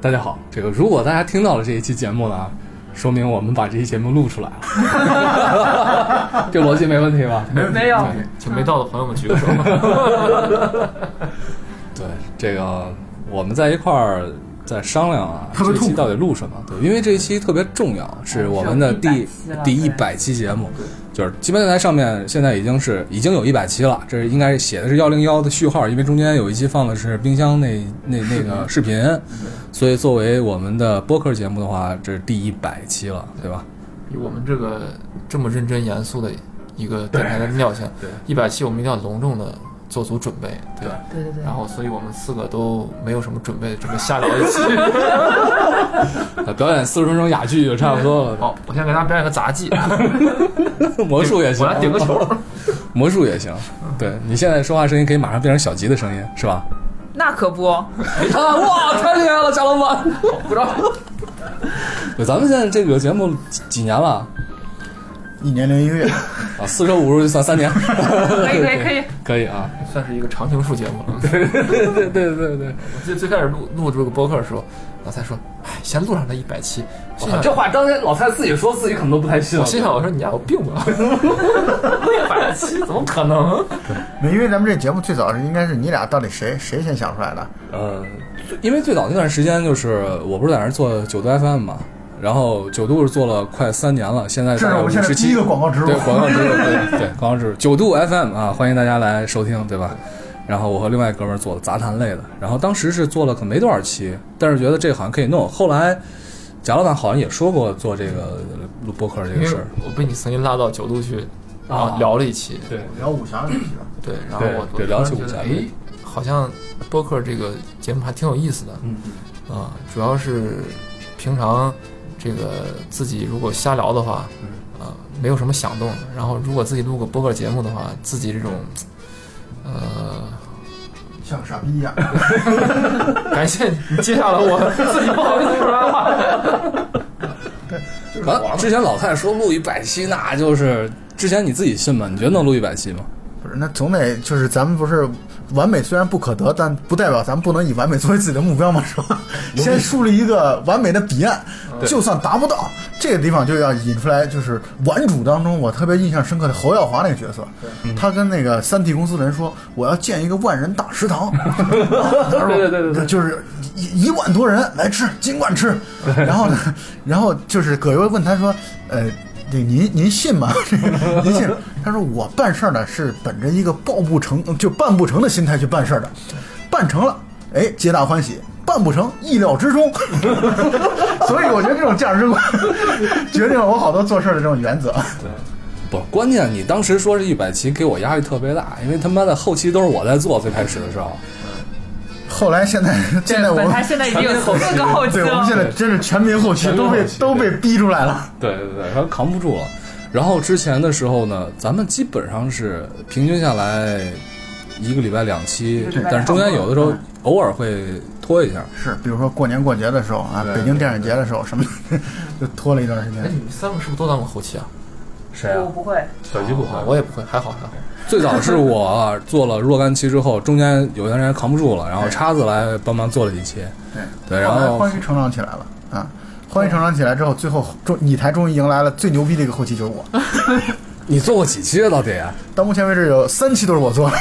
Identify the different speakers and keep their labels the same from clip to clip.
Speaker 1: 大家好，这个如果大家听到了这一期节目呢，说明我们把这期节目录出来了， 这逻辑没问题吧？
Speaker 2: 没有
Speaker 1: 对
Speaker 3: 请没到的朋友们举个手。
Speaker 1: 对，这个我们在一块儿在商量啊，
Speaker 4: 特别
Speaker 1: 这
Speaker 4: 痛
Speaker 1: 期
Speaker 4: 苦
Speaker 1: 到底录什么？对，因为这一期特别重要，是我们的第
Speaker 2: 是有100期了
Speaker 1: 第
Speaker 2: 对
Speaker 1: 一百期节目，就是基本电台上面现在已经是已经有一百期了，这应该写的是幺零幺的序号，因为中间有一期放的是冰箱那那那个视频，所以作为我们的播客节目的话，这是第一百期了，对吧？
Speaker 3: 以我们这个这么认真严肃的一个电台的尿性，
Speaker 1: 对
Speaker 3: 一百期我们一定要隆重的做足准备，对吧？
Speaker 2: 对对对
Speaker 3: 然，后，所以我们四个都没有什么准备，准备瞎聊一期。
Speaker 1: 啊 表演四十分钟哑剧就差不多了，
Speaker 3: 好，我先给大家表演个杂技，
Speaker 1: 魔术也行，啊
Speaker 3: 我来顶个球。
Speaker 1: 魔术也行。对你现在说话声音可以马上变成小吉的声音，是吧？
Speaker 2: 那可不，
Speaker 1: 啊！哇，太厉害了，贾老板，鼓掌。对，咱们现在这个节目几几年了
Speaker 4: 一年零一个月，
Speaker 1: 啊？四舍五入就算三年。可
Speaker 2: 可以可以可以，
Speaker 1: 可以啊！
Speaker 3: 算是一个常青树节目 了。
Speaker 1: 对对对对对，
Speaker 3: 我记得最开始录录这个播客的时候，老蔡说：“哎，先录上这一百期。”我心
Speaker 1: 哇
Speaker 3: 想
Speaker 1: 这话当年老蔡自己说自己可能都不太信
Speaker 3: 我心想，我说你家有病吧？录一百期怎么可能？
Speaker 4: 没因为咱们这节目最早是应该是你俩到底谁谁先想出来的？
Speaker 1: 呃，因为最早那段时间就是我不是在那儿做九度 FM 嘛，然后九度是做了快三年了，现在
Speaker 4: 这是啊我们现在
Speaker 1: 十
Speaker 4: 第
Speaker 1: 七
Speaker 4: 一个广告植入
Speaker 1: 对，广告植入，对对广告植入，九度 FM 啊，欢迎大家来收听，对吧？然后我和另外一哥们儿做的杂谈类的，然后当时是做了可没多少期，但是觉得这好像可以弄。后来贾老板好像也说过做这个录播客这
Speaker 3: 因
Speaker 1: 个
Speaker 3: 为
Speaker 1: 事儿，
Speaker 3: 我被你曾经拉到九度去，然
Speaker 1: 啊
Speaker 3: 后聊了一期，
Speaker 1: 对
Speaker 4: 聊武侠这期吧，
Speaker 3: 对，然后
Speaker 1: 对
Speaker 3: 我
Speaker 1: 对
Speaker 3: 我
Speaker 1: 聊
Speaker 3: 突
Speaker 1: 起武
Speaker 3: 然觉
Speaker 1: 侠
Speaker 3: 得，
Speaker 1: 片
Speaker 3: 哎，好像播客这个节目还挺有意思的，
Speaker 1: 嗯
Speaker 3: 啊，主要是平常这个自己如果瞎聊的话，
Speaker 1: 嗯
Speaker 3: 啊，没有什么响动，然后如果自己录个播客节目的话，自己这种，呃，
Speaker 4: 像傻逼一样。
Speaker 3: 感谢你接下来我 自己不好意思说出来的话，
Speaker 1: 完、之前老蔡说录一百期，那就是之前你自己信吗？你觉得能录一百期吗？
Speaker 4: 不是，那总得就是咱们不是完美，虽然不可得，但不代表咱们不能以完美作为自己的目标嘛，是 吧？先树立一个完美的彼岸，就算达不到这个地方，就要引出来，就是《顽主》当中我特别印象深刻的侯耀华那个角色，他跟那个三 D 公司的人说，我要建一个万人大食堂， 对
Speaker 1: 对对对对
Speaker 4: 就是一一万多人来吃，尽管吃。然 后呢，然后就是葛优问他说，呃。这您您信吗？ 这个您信？他说我办事儿呢是本着一个报不成就办不成的心态去办事儿的，办成了，哎，皆大欢喜；办不成，意料之中。 所以我觉得这种价值观决定了我好多做事儿的这种原则。
Speaker 1: 不，关键你当时说是一百期，给我压力特别大，因为他妈的后期都是我在做，最开始的时候，
Speaker 4: 后来现在现在我
Speaker 2: 本
Speaker 4: 们
Speaker 2: 台现在已经有各个后期
Speaker 4: 对我
Speaker 2: 了
Speaker 4: 们现，在真是全民后期
Speaker 1: 全民
Speaker 4: 都被
Speaker 1: 后期
Speaker 4: 都被逼出来了。
Speaker 1: 对对对，他扛不住了。然后之前的时候呢，咱们基本上是平均下来一个礼拜两嗯期
Speaker 2: 一个礼，拜
Speaker 1: 但是中间有的时候
Speaker 4: 两
Speaker 1: 偶尔会拖一下。
Speaker 4: 是，比如说过年过节的时候啊
Speaker 1: 对，
Speaker 4: 北京电影节的时候什么，就拖了一段时
Speaker 3: 哎，
Speaker 4: 间。
Speaker 3: 你们三个是不是都当过后期啊？
Speaker 1: 谁
Speaker 2: 我？不会，
Speaker 1: 小
Speaker 3: 啊我也不会，还好还好。
Speaker 1: 最早是我做了若干期之后，中间有一段时间扛不住了，然后叉子来帮忙做了几期。
Speaker 4: 对
Speaker 1: 对，然
Speaker 4: 后来
Speaker 1: 后
Speaker 4: 欢愉成长起来了啊。欢愉成长起来之后，最后终你台终于迎来了最牛逼的一个后期，就是我。
Speaker 1: 你做过几期啊？到底？
Speaker 4: 到目前为止有三期都是我做的。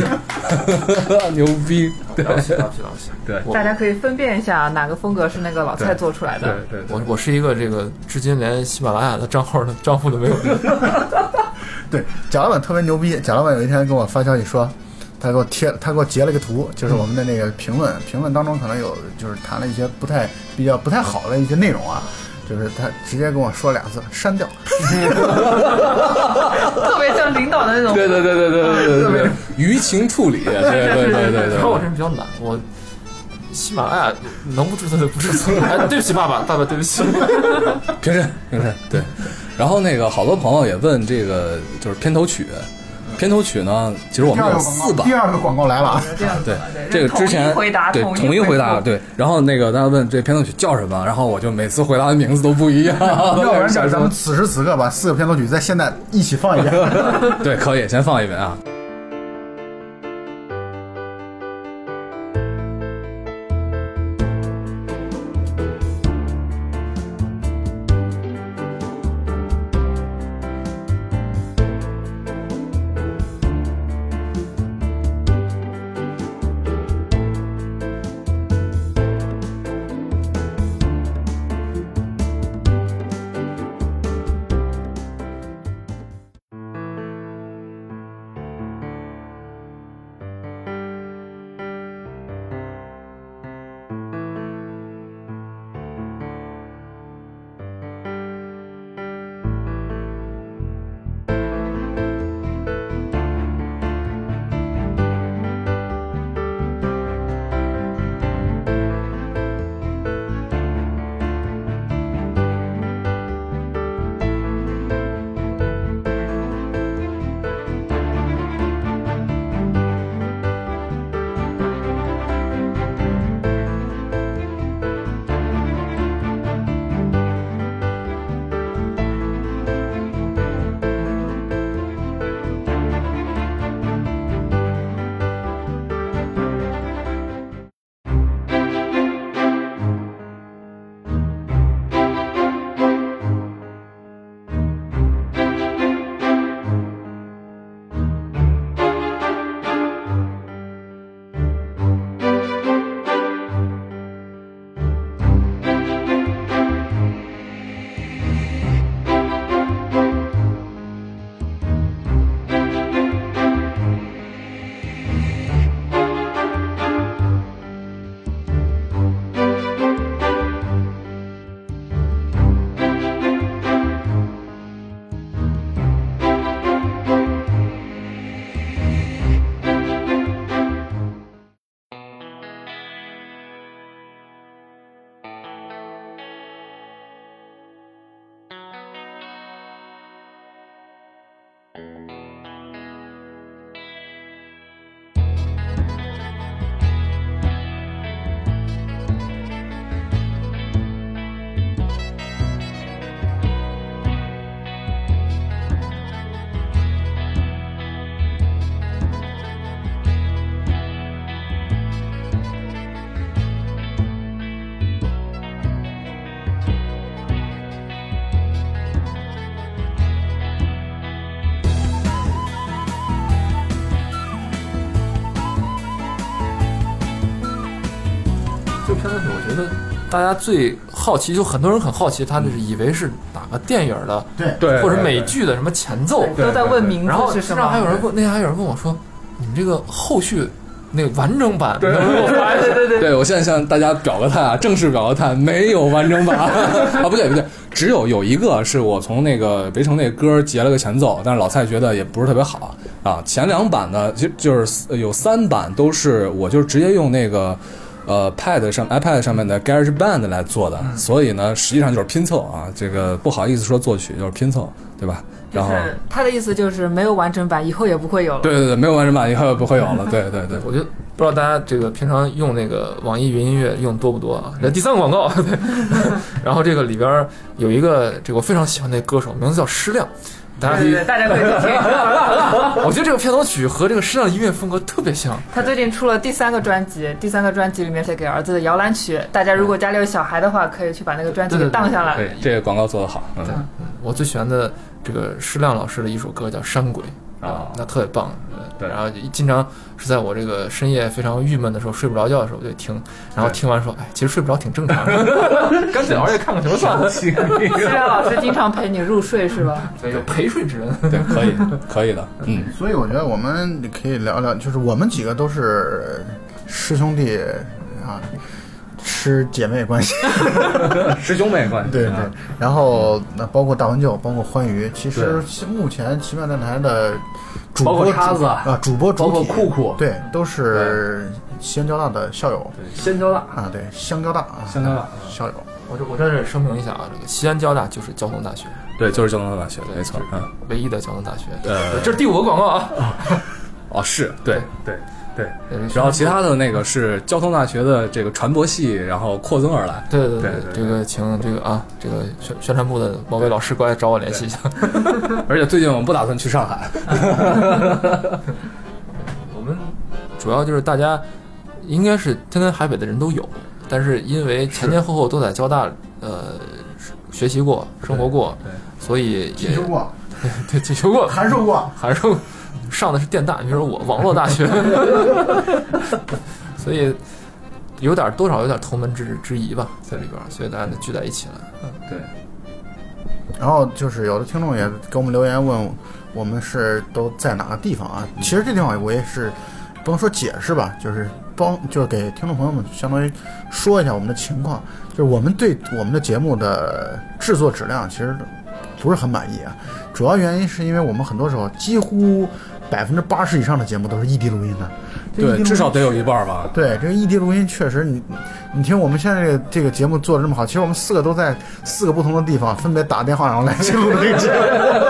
Speaker 1: 牛逼， 牛逼！对
Speaker 3: 聊起聊起聊起，
Speaker 1: 对
Speaker 3: 我
Speaker 2: 大家可以分辨一下哪个风格是那个老蔡
Speaker 1: 对
Speaker 2: 做出来的。
Speaker 1: 对
Speaker 3: 我我是一个这个至今连喜马拉雅的账号的账户都没有的，
Speaker 4: 对，贾老板特别牛逼。贾老板有一天跟我发消息说，他给我贴，他给我截了个图，就是我们的那个评论，评论当中可能有就是谈了一些不太比较不太好的一些内容啊，就是他直接跟我说俩字，删掉。
Speaker 2: 特别像领导的那种。
Speaker 1: 对对对对对对对对， 舆情处理，啊对对对对
Speaker 3: 然后我
Speaker 1: 对
Speaker 3: 这人比较懒，我喜马拉雅能不注册就不注册。哎，对不起爸爸，爸爸对不起。
Speaker 1: 对，平身平身，对。然后那个好多朋友也问这个就是片头曲，片头曲呢，其实我
Speaker 4: 第
Speaker 1: 们
Speaker 4: 二
Speaker 1: 有
Speaker 4: 个
Speaker 1: 四
Speaker 4: 广告，
Speaker 1: 版
Speaker 4: 第，二个广告来了啊！
Speaker 2: 这样子
Speaker 1: 对
Speaker 2: 吧，
Speaker 1: 这个之
Speaker 2: 统
Speaker 1: 前
Speaker 2: 一回答，
Speaker 1: 对
Speaker 2: 一
Speaker 1: 统一回答，
Speaker 2: 复，
Speaker 1: 对。然后那个大家问这片头曲叫什么，然后我就每次回答的名字啊都不一样，
Speaker 4: 要不然
Speaker 1: 想
Speaker 4: 就是咱
Speaker 1: 说
Speaker 4: 们此时此刻把四个片头曲在现在一起 放一遍。
Speaker 1: 对，可以先放一遍啊。
Speaker 3: 这片子是我觉得大家最好奇，就很多人很好奇，他就是以为是哪个电影的，
Speaker 4: 对
Speaker 1: 对，
Speaker 3: 或者美剧的什么前奏，
Speaker 1: 对
Speaker 2: 都在问名
Speaker 3: 然后
Speaker 2: 字
Speaker 3: 实
Speaker 2: 是
Speaker 3: 际
Speaker 2: 什
Speaker 3: 上
Speaker 2: 么？
Speaker 3: 还有人问，那天还有人问我说，你们这个后续那个完整版
Speaker 1: 对
Speaker 3: 能不能给我发一下？
Speaker 2: 对对对，
Speaker 1: 对，我现在向大家表个态啊，正式表个态，没有完整版 啊，不对不对，只有有一个是我从那个围城那歌截了个前奏，但是老蔡觉得也不是特别好啊。前两版呢，就就是呃有三版都是我就直接用那个呃 Pad 上 iPad 上面的 GarageBand 来做的，
Speaker 2: 嗯
Speaker 1: 所以呢，实际上就是拼凑啊，这个不好意思说作曲就是拼凑，对吧？然后。
Speaker 2: 就是他的意思就是没有完整版，以后也不会有了。
Speaker 1: 对对对，没有完整版以后也不会有了。对 对对
Speaker 3: 对，，我就不知道大家这个平常用那个网易云音乐用多不多啊？那第三个广告，对。然后这个里边儿有一个这个我非常喜欢的歌手，名字叫矢亮，大家可
Speaker 2: 对
Speaker 3: 以
Speaker 2: 对，大家可以去听。
Speaker 3: 我觉得这个片头曲和这个矢亮的音乐风格特别像。
Speaker 2: 他最近出了第三个专辑，第三个专辑里面写给儿子的摇篮曲，大家如果家里有小孩的话，可以去把那个专辑给荡下来。
Speaker 1: 对这个广告做得好。嗯，
Speaker 3: 我最喜欢的这个矢亮老师的一首歌叫《山鬼》
Speaker 1: 啊
Speaker 3: 那特别棒。呃
Speaker 1: 对
Speaker 3: 然后经常是在我这个深夜非常郁闷的时候，睡不着觉的时候我就听，然后听完说，哎，其实睡不着挺正常的，干脆熬夜看看球算了，
Speaker 2: 思然老师经常陪你入睡是吧？
Speaker 3: 对有陪睡之恩。
Speaker 1: 对，可以，可以的。嗯，
Speaker 4: 所以我觉得我们可以聊聊，就是我们几个都是师兄弟啊，师姐妹 关系。
Speaker 1: 师兄妹关系。
Speaker 4: 对对
Speaker 1: 啊，
Speaker 4: 然后那包括大文教，包括欢愉，其实
Speaker 1: 对
Speaker 4: 现目前奇妙电台的主
Speaker 1: 包
Speaker 4: 播
Speaker 1: 括叉子
Speaker 4: 啊，主播主体
Speaker 1: 包括酷酷
Speaker 4: 对，都是西安交大的校友
Speaker 1: 对先交大，
Speaker 4: 啊，对，香交大啊，
Speaker 1: 香交大
Speaker 4: 校友，
Speaker 3: 我这我在这儿声明一下啊，这个西安交大就是交通大学，
Speaker 1: 对，就是交通大学，
Speaker 3: 对
Speaker 1: 没错
Speaker 3: 就，是
Speaker 1: 嗯，
Speaker 3: 唯一的交通大学。
Speaker 1: 呃
Speaker 3: 这是第五个广告啊。
Speaker 1: 哦，是对对对。
Speaker 3: 呃
Speaker 1: 然后其他的那个是交通大学的这个传播系，然后扩增而来。
Speaker 3: 对对对
Speaker 1: 对对对
Speaker 3: 这个请这个啊，这个宣宣传部的某位老师过来找我联系一下。
Speaker 1: 而且最近我们不打算去上海。
Speaker 3: 我们主要就是大家应该是天南海北的人都有，但是因为前前后后都在交大呃学习过、生活过，
Speaker 1: 对对
Speaker 3: 所以也
Speaker 4: 进修过，
Speaker 3: 对进修 过，
Speaker 4: 函授过，
Speaker 3: 还是上的是电大，你比如说我网络大学， 所以有点多少有点同门之之谊吧，在里边儿，所以大家聚在一起了。
Speaker 1: 对，
Speaker 4: 然后就是有的听众也给我们留言问我们是都在哪个地方啊？
Speaker 1: 嗯
Speaker 4: 其实这地方我也是不能说解释吧，就是帮就是给听众朋友们相当于说一下我们的情况，就是我们对我们的节目的制作质量其实不是很满意啊。主要原因是因为我们很多时候几乎百分之八十以上的节目都是异地录音的，这异地录
Speaker 1: 对，
Speaker 4: 音
Speaker 1: 至少得有一半吧。
Speaker 4: 对，这个异地录音确实你，你听我们现在这个这个节目做的这么好，其实我们四个都在四个不同的地方分别打电话，然后来去录的这个节目。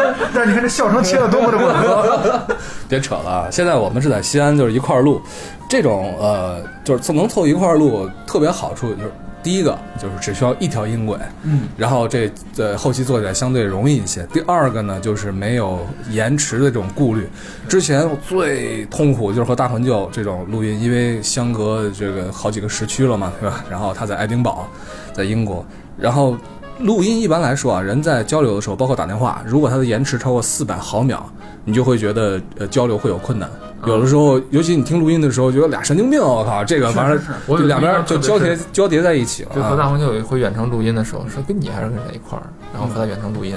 Speaker 4: 但是你看这笑声切的多么的吻合，
Speaker 1: 别扯了啊，现在我们是在西安，就是一块儿录，这种呃，就是凑能凑一块儿录，特别好处就是第一个就是只需要一条音轨，嗯，然后这呃后期做起来相对容易一些。第二个呢，就是没有延迟的这种顾虑。之前我最痛苦就是和大魂舅这种录音，因为相隔这个好几个时区了嘛，对吧？然后他在爱丁堡，在英国，然后。录音一般来说啊，人在交流的时候，包括打电话，如果它的延迟超过四百毫秒，你就会觉得呃交流会有困难。有的时候，尤其你听录音的时候，觉得俩神经病，我靠，这个完了，就
Speaker 3: 我有
Speaker 1: 两
Speaker 3: 印
Speaker 1: 边
Speaker 3: 象
Speaker 1: 就交
Speaker 3: 特别
Speaker 1: 叠
Speaker 3: 深
Speaker 1: 交叠在一起
Speaker 3: 就
Speaker 1: 了
Speaker 3: 和
Speaker 1: 啊。
Speaker 3: 大红就有一回远程录音的时候，说跟你还是跟谁在一块儿，然后和他远程录音，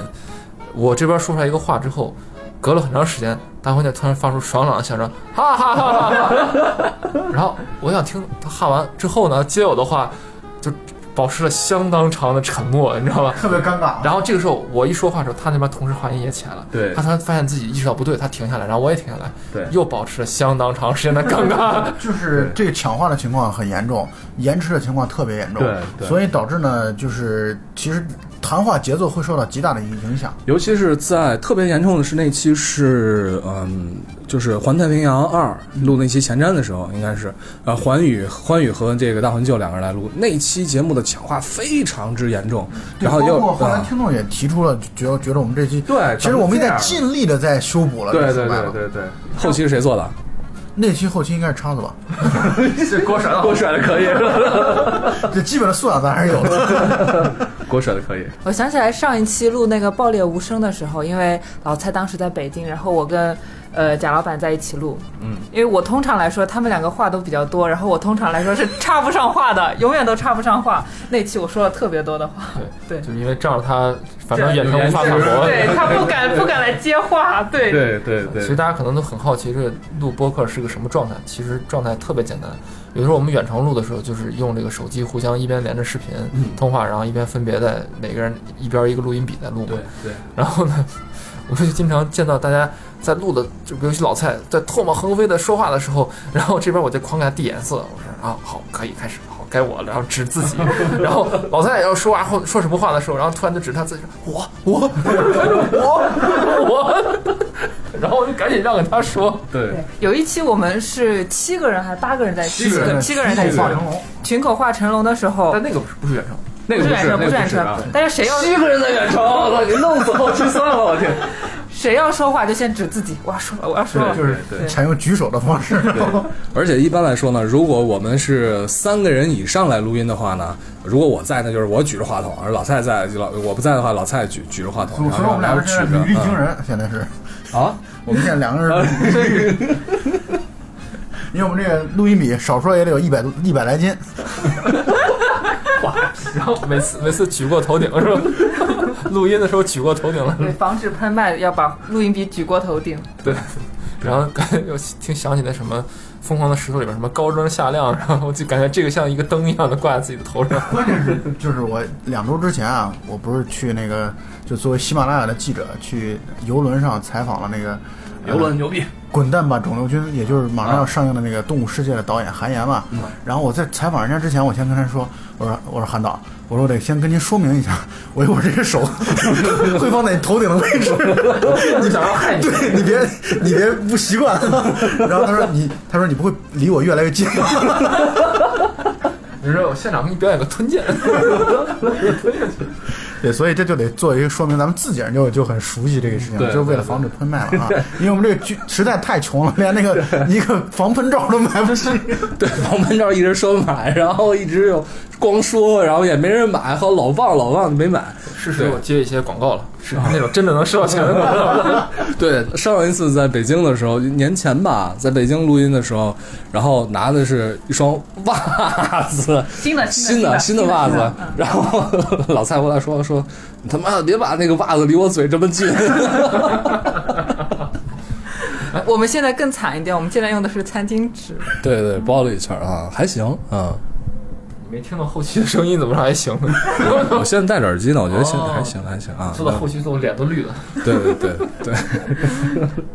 Speaker 3: 我这边说出来一个话之后，隔了很长时间，大红就突然发出爽朗的笑声，哈哈哈哈哈哈。然后我想听他哈完之后呢，接我的话，就保持了相当长的沉默，你知道吧？
Speaker 4: 特别尴尬。啊
Speaker 3: 然后这个时候我一说话的时候，他那边同时话音也起来了，
Speaker 1: 对
Speaker 3: 他突然发现自己意识到不对，他停下来，然后我也停下来，
Speaker 1: 对
Speaker 3: 又保持了相当长时间的 尴尬。
Speaker 4: 就是这个抢话的情况很严重，延迟的情况特别严重，
Speaker 1: 对对
Speaker 4: 所以导致呢，就是其实谈话节奏会受到极大的影响。
Speaker 1: 尤其是在特别严重的是那期是嗯，就是《环太平洋二》录那期前瞻的时候，应该是呃环宇环宇和这个大环球两个人来录那期节目的强化非常之严重，
Speaker 4: 对
Speaker 1: 然后
Speaker 4: 包
Speaker 1: 又
Speaker 4: 括后来
Speaker 1: 啊
Speaker 4: 听众也提出了，觉得觉得我们这期
Speaker 1: 对
Speaker 4: 其实我们也
Speaker 1: 咱
Speaker 4: 在
Speaker 1: 们这
Speaker 4: 尽力的在修补了。
Speaker 1: 对
Speaker 4: 这
Speaker 1: 对
Speaker 4: 说白
Speaker 1: 对
Speaker 4: 了
Speaker 1: 对对，后期是谁做的？
Speaker 4: 那期后期应该是昌子吧？
Speaker 3: 这锅甩
Speaker 1: 锅甩的可以，
Speaker 4: 这基本的素养咱还是有的。
Speaker 1: 锅甩的可以。
Speaker 2: 我想起来上一期录那个《爆裂无声》的时候，因为老蔡当时在北京，然后我跟呃贾老板在一起录，
Speaker 1: 嗯，
Speaker 2: 因为我通常来说他们两个话都比较多，然后我通常来说是插不上话的，永远都插不上话。那期我说了特别多的话，对
Speaker 3: 就是因为仗着他，反正远程无法反驳。
Speaker 2: 对他不敢 不敢来接话，对
Speaker 1: 哦对对
Speaker 3: 其实
Speaker 1: 对，
Speaker 3: 大家可能都很好奇，这录播客是个什么状态？其实状态特别简单。有的时候我们远程录的时候，就是用这个手机互相一边连着视频、通话，然后一边分别在每个人一边一个录音笔在录嘛。
Speaker 1: 对对，
Speaker 3: 然后呢，我们就经常见到大家在录的，就尤其老蔡在唾沫横飞的说话的时候，然后这边我就狂给他递眼色，我说啊，好，可以开始，好，该我了，然后指自己， 然后老蔡要说话后说什么话的时候，然后突然就指他自己说，我我我我， 然后我就赶紧让给他说，
Speaker 1: 对
Speaker 2: 对，有一期我们是七个人还是八个人在一起，
Speaker 1: 七个人
Speaker 2: 七个人在一起
Speaker 4: 化成龙，
Speaker 2: 群口化成龙的时候
Speaker 3: 但，那个不是不是远程，
Speaker 1: 那
Speaker 2: 不
Speaker 1: 个
Speaker 2: 是
Speaker 1: 不
Speaker 2: 远
Speaker 1: 是那个不是
Speaker 2: 程，不是远
Speaker 1: 啊
Speaker 2: 程，，但是谁要
Speaker 1: 七个人在远程，我操，你弄死后期算了，我天。
Speaker 2: 谁要说话就先指自己，我要说了，我要说了，
Speaker 1: 对就是对
Speaker 4: 采用举手的方式。
Speaker 1: 而且一般来说呢，如果我们是三个人以上来录音的话呢，如果我在呢，就是我举着话筒，而老蔡在，老我不在的话，老蔡举举着话筒，
Speaker 4: 所以
Speaker 1: 然
Speaker 4: 所以我
Speaker 1: 后
Speaker 4: 们
Speaker 1: 然
Speaker 4: 俩
Speaker 1: 后
Speaker 4: 人
Speaker 1: 举
Speaker 4: 现在
Speaker 1: 着
Speaker 4: 是履历惊
Speaker 1: 嗯
Speaker 4: 人，现 在是
Speaker 1: 啊，
Speaker 4: 我们现在两个人履历惊人， 因为我们这个录音笔少说也得有一百一百来斤。
Speaker 3: 然后每次每次举过头顶是吧？ 录音的时候举过头顶了。
Speaker 2: 对，防止喷麦要把录音笔举过头顶。
Speaker 3: 对，然后感觉又听想起来什么《疯狂的石头》里边什么高声下亮，然后就感觉这个像一个灯一样的挂在自己的头 上。
Speaker 4: 关键是，就是我两周之前啊，我不是去那个，就作为喜马拉雅的记者去游轮上采访了那个呃
Speaker 1: 牛逼，啊
Speaker 4: 滚蛋吧，肿瘤君》，也就是马上要上映的那个《动物世界》的导演韩延嘛。
Speaker 1: 嗯
Speaker 4: 然后我在采访人家之前，我先跟他说，我说我说韩导，我说我得先跟您说明一下，我一会儿这个手 会放在你头顶的位置，
Speaker 3: 你想要害你？
Speaker 4: 对你别你别不习惯。 然后他说你，他说你不会离我越来越近吗？
Speaker 3: 你说我现场给你表演个吞剑，
Speaker 4: 对，所以这就得做一个说明，咱们自己人就就很熟悉这个事情，
Speaker 1: 对
Speaker 4: 就是为了防止喷麦 了啊。因为我们这个剧实在太穷了，连那个一个防喷罩都买 不起。
Speaker 1: 对，王文照一直说买，然后一直有光说，然后也没人买，后老忘老忘就没买。
Speaker 3: 是时候接一些广告了，是那种真的能收到钱的广告 了。
Speaker 1: 对，上一次在北京的时候，年前吧，在北京录音的时候，然后拿的是一双袜子，
Speaker 2: 新的
Speaker 1: 新
Speaker 2: 的
Speaker 1: 新的袜子，然后老蔡回来说说，你他妈的别把那个袜子离我嘴这么近，
Speaker 2: 嗯我们现在更惨一点，我们现在用的是餐巾纸。
Speaker 1: 对对，包了一圈啊，还行啊，
Speaker 3: 没听到后期的声音，怎么着还行呢？
Speaker 1: 我现在戴着耳机呢，我觉得现在
Speaker 3: 哦
Speaker 1: 还行还行啊，
Speaker 3: 说到后期，我脸都绿了。
Speaker 1: 对对对对，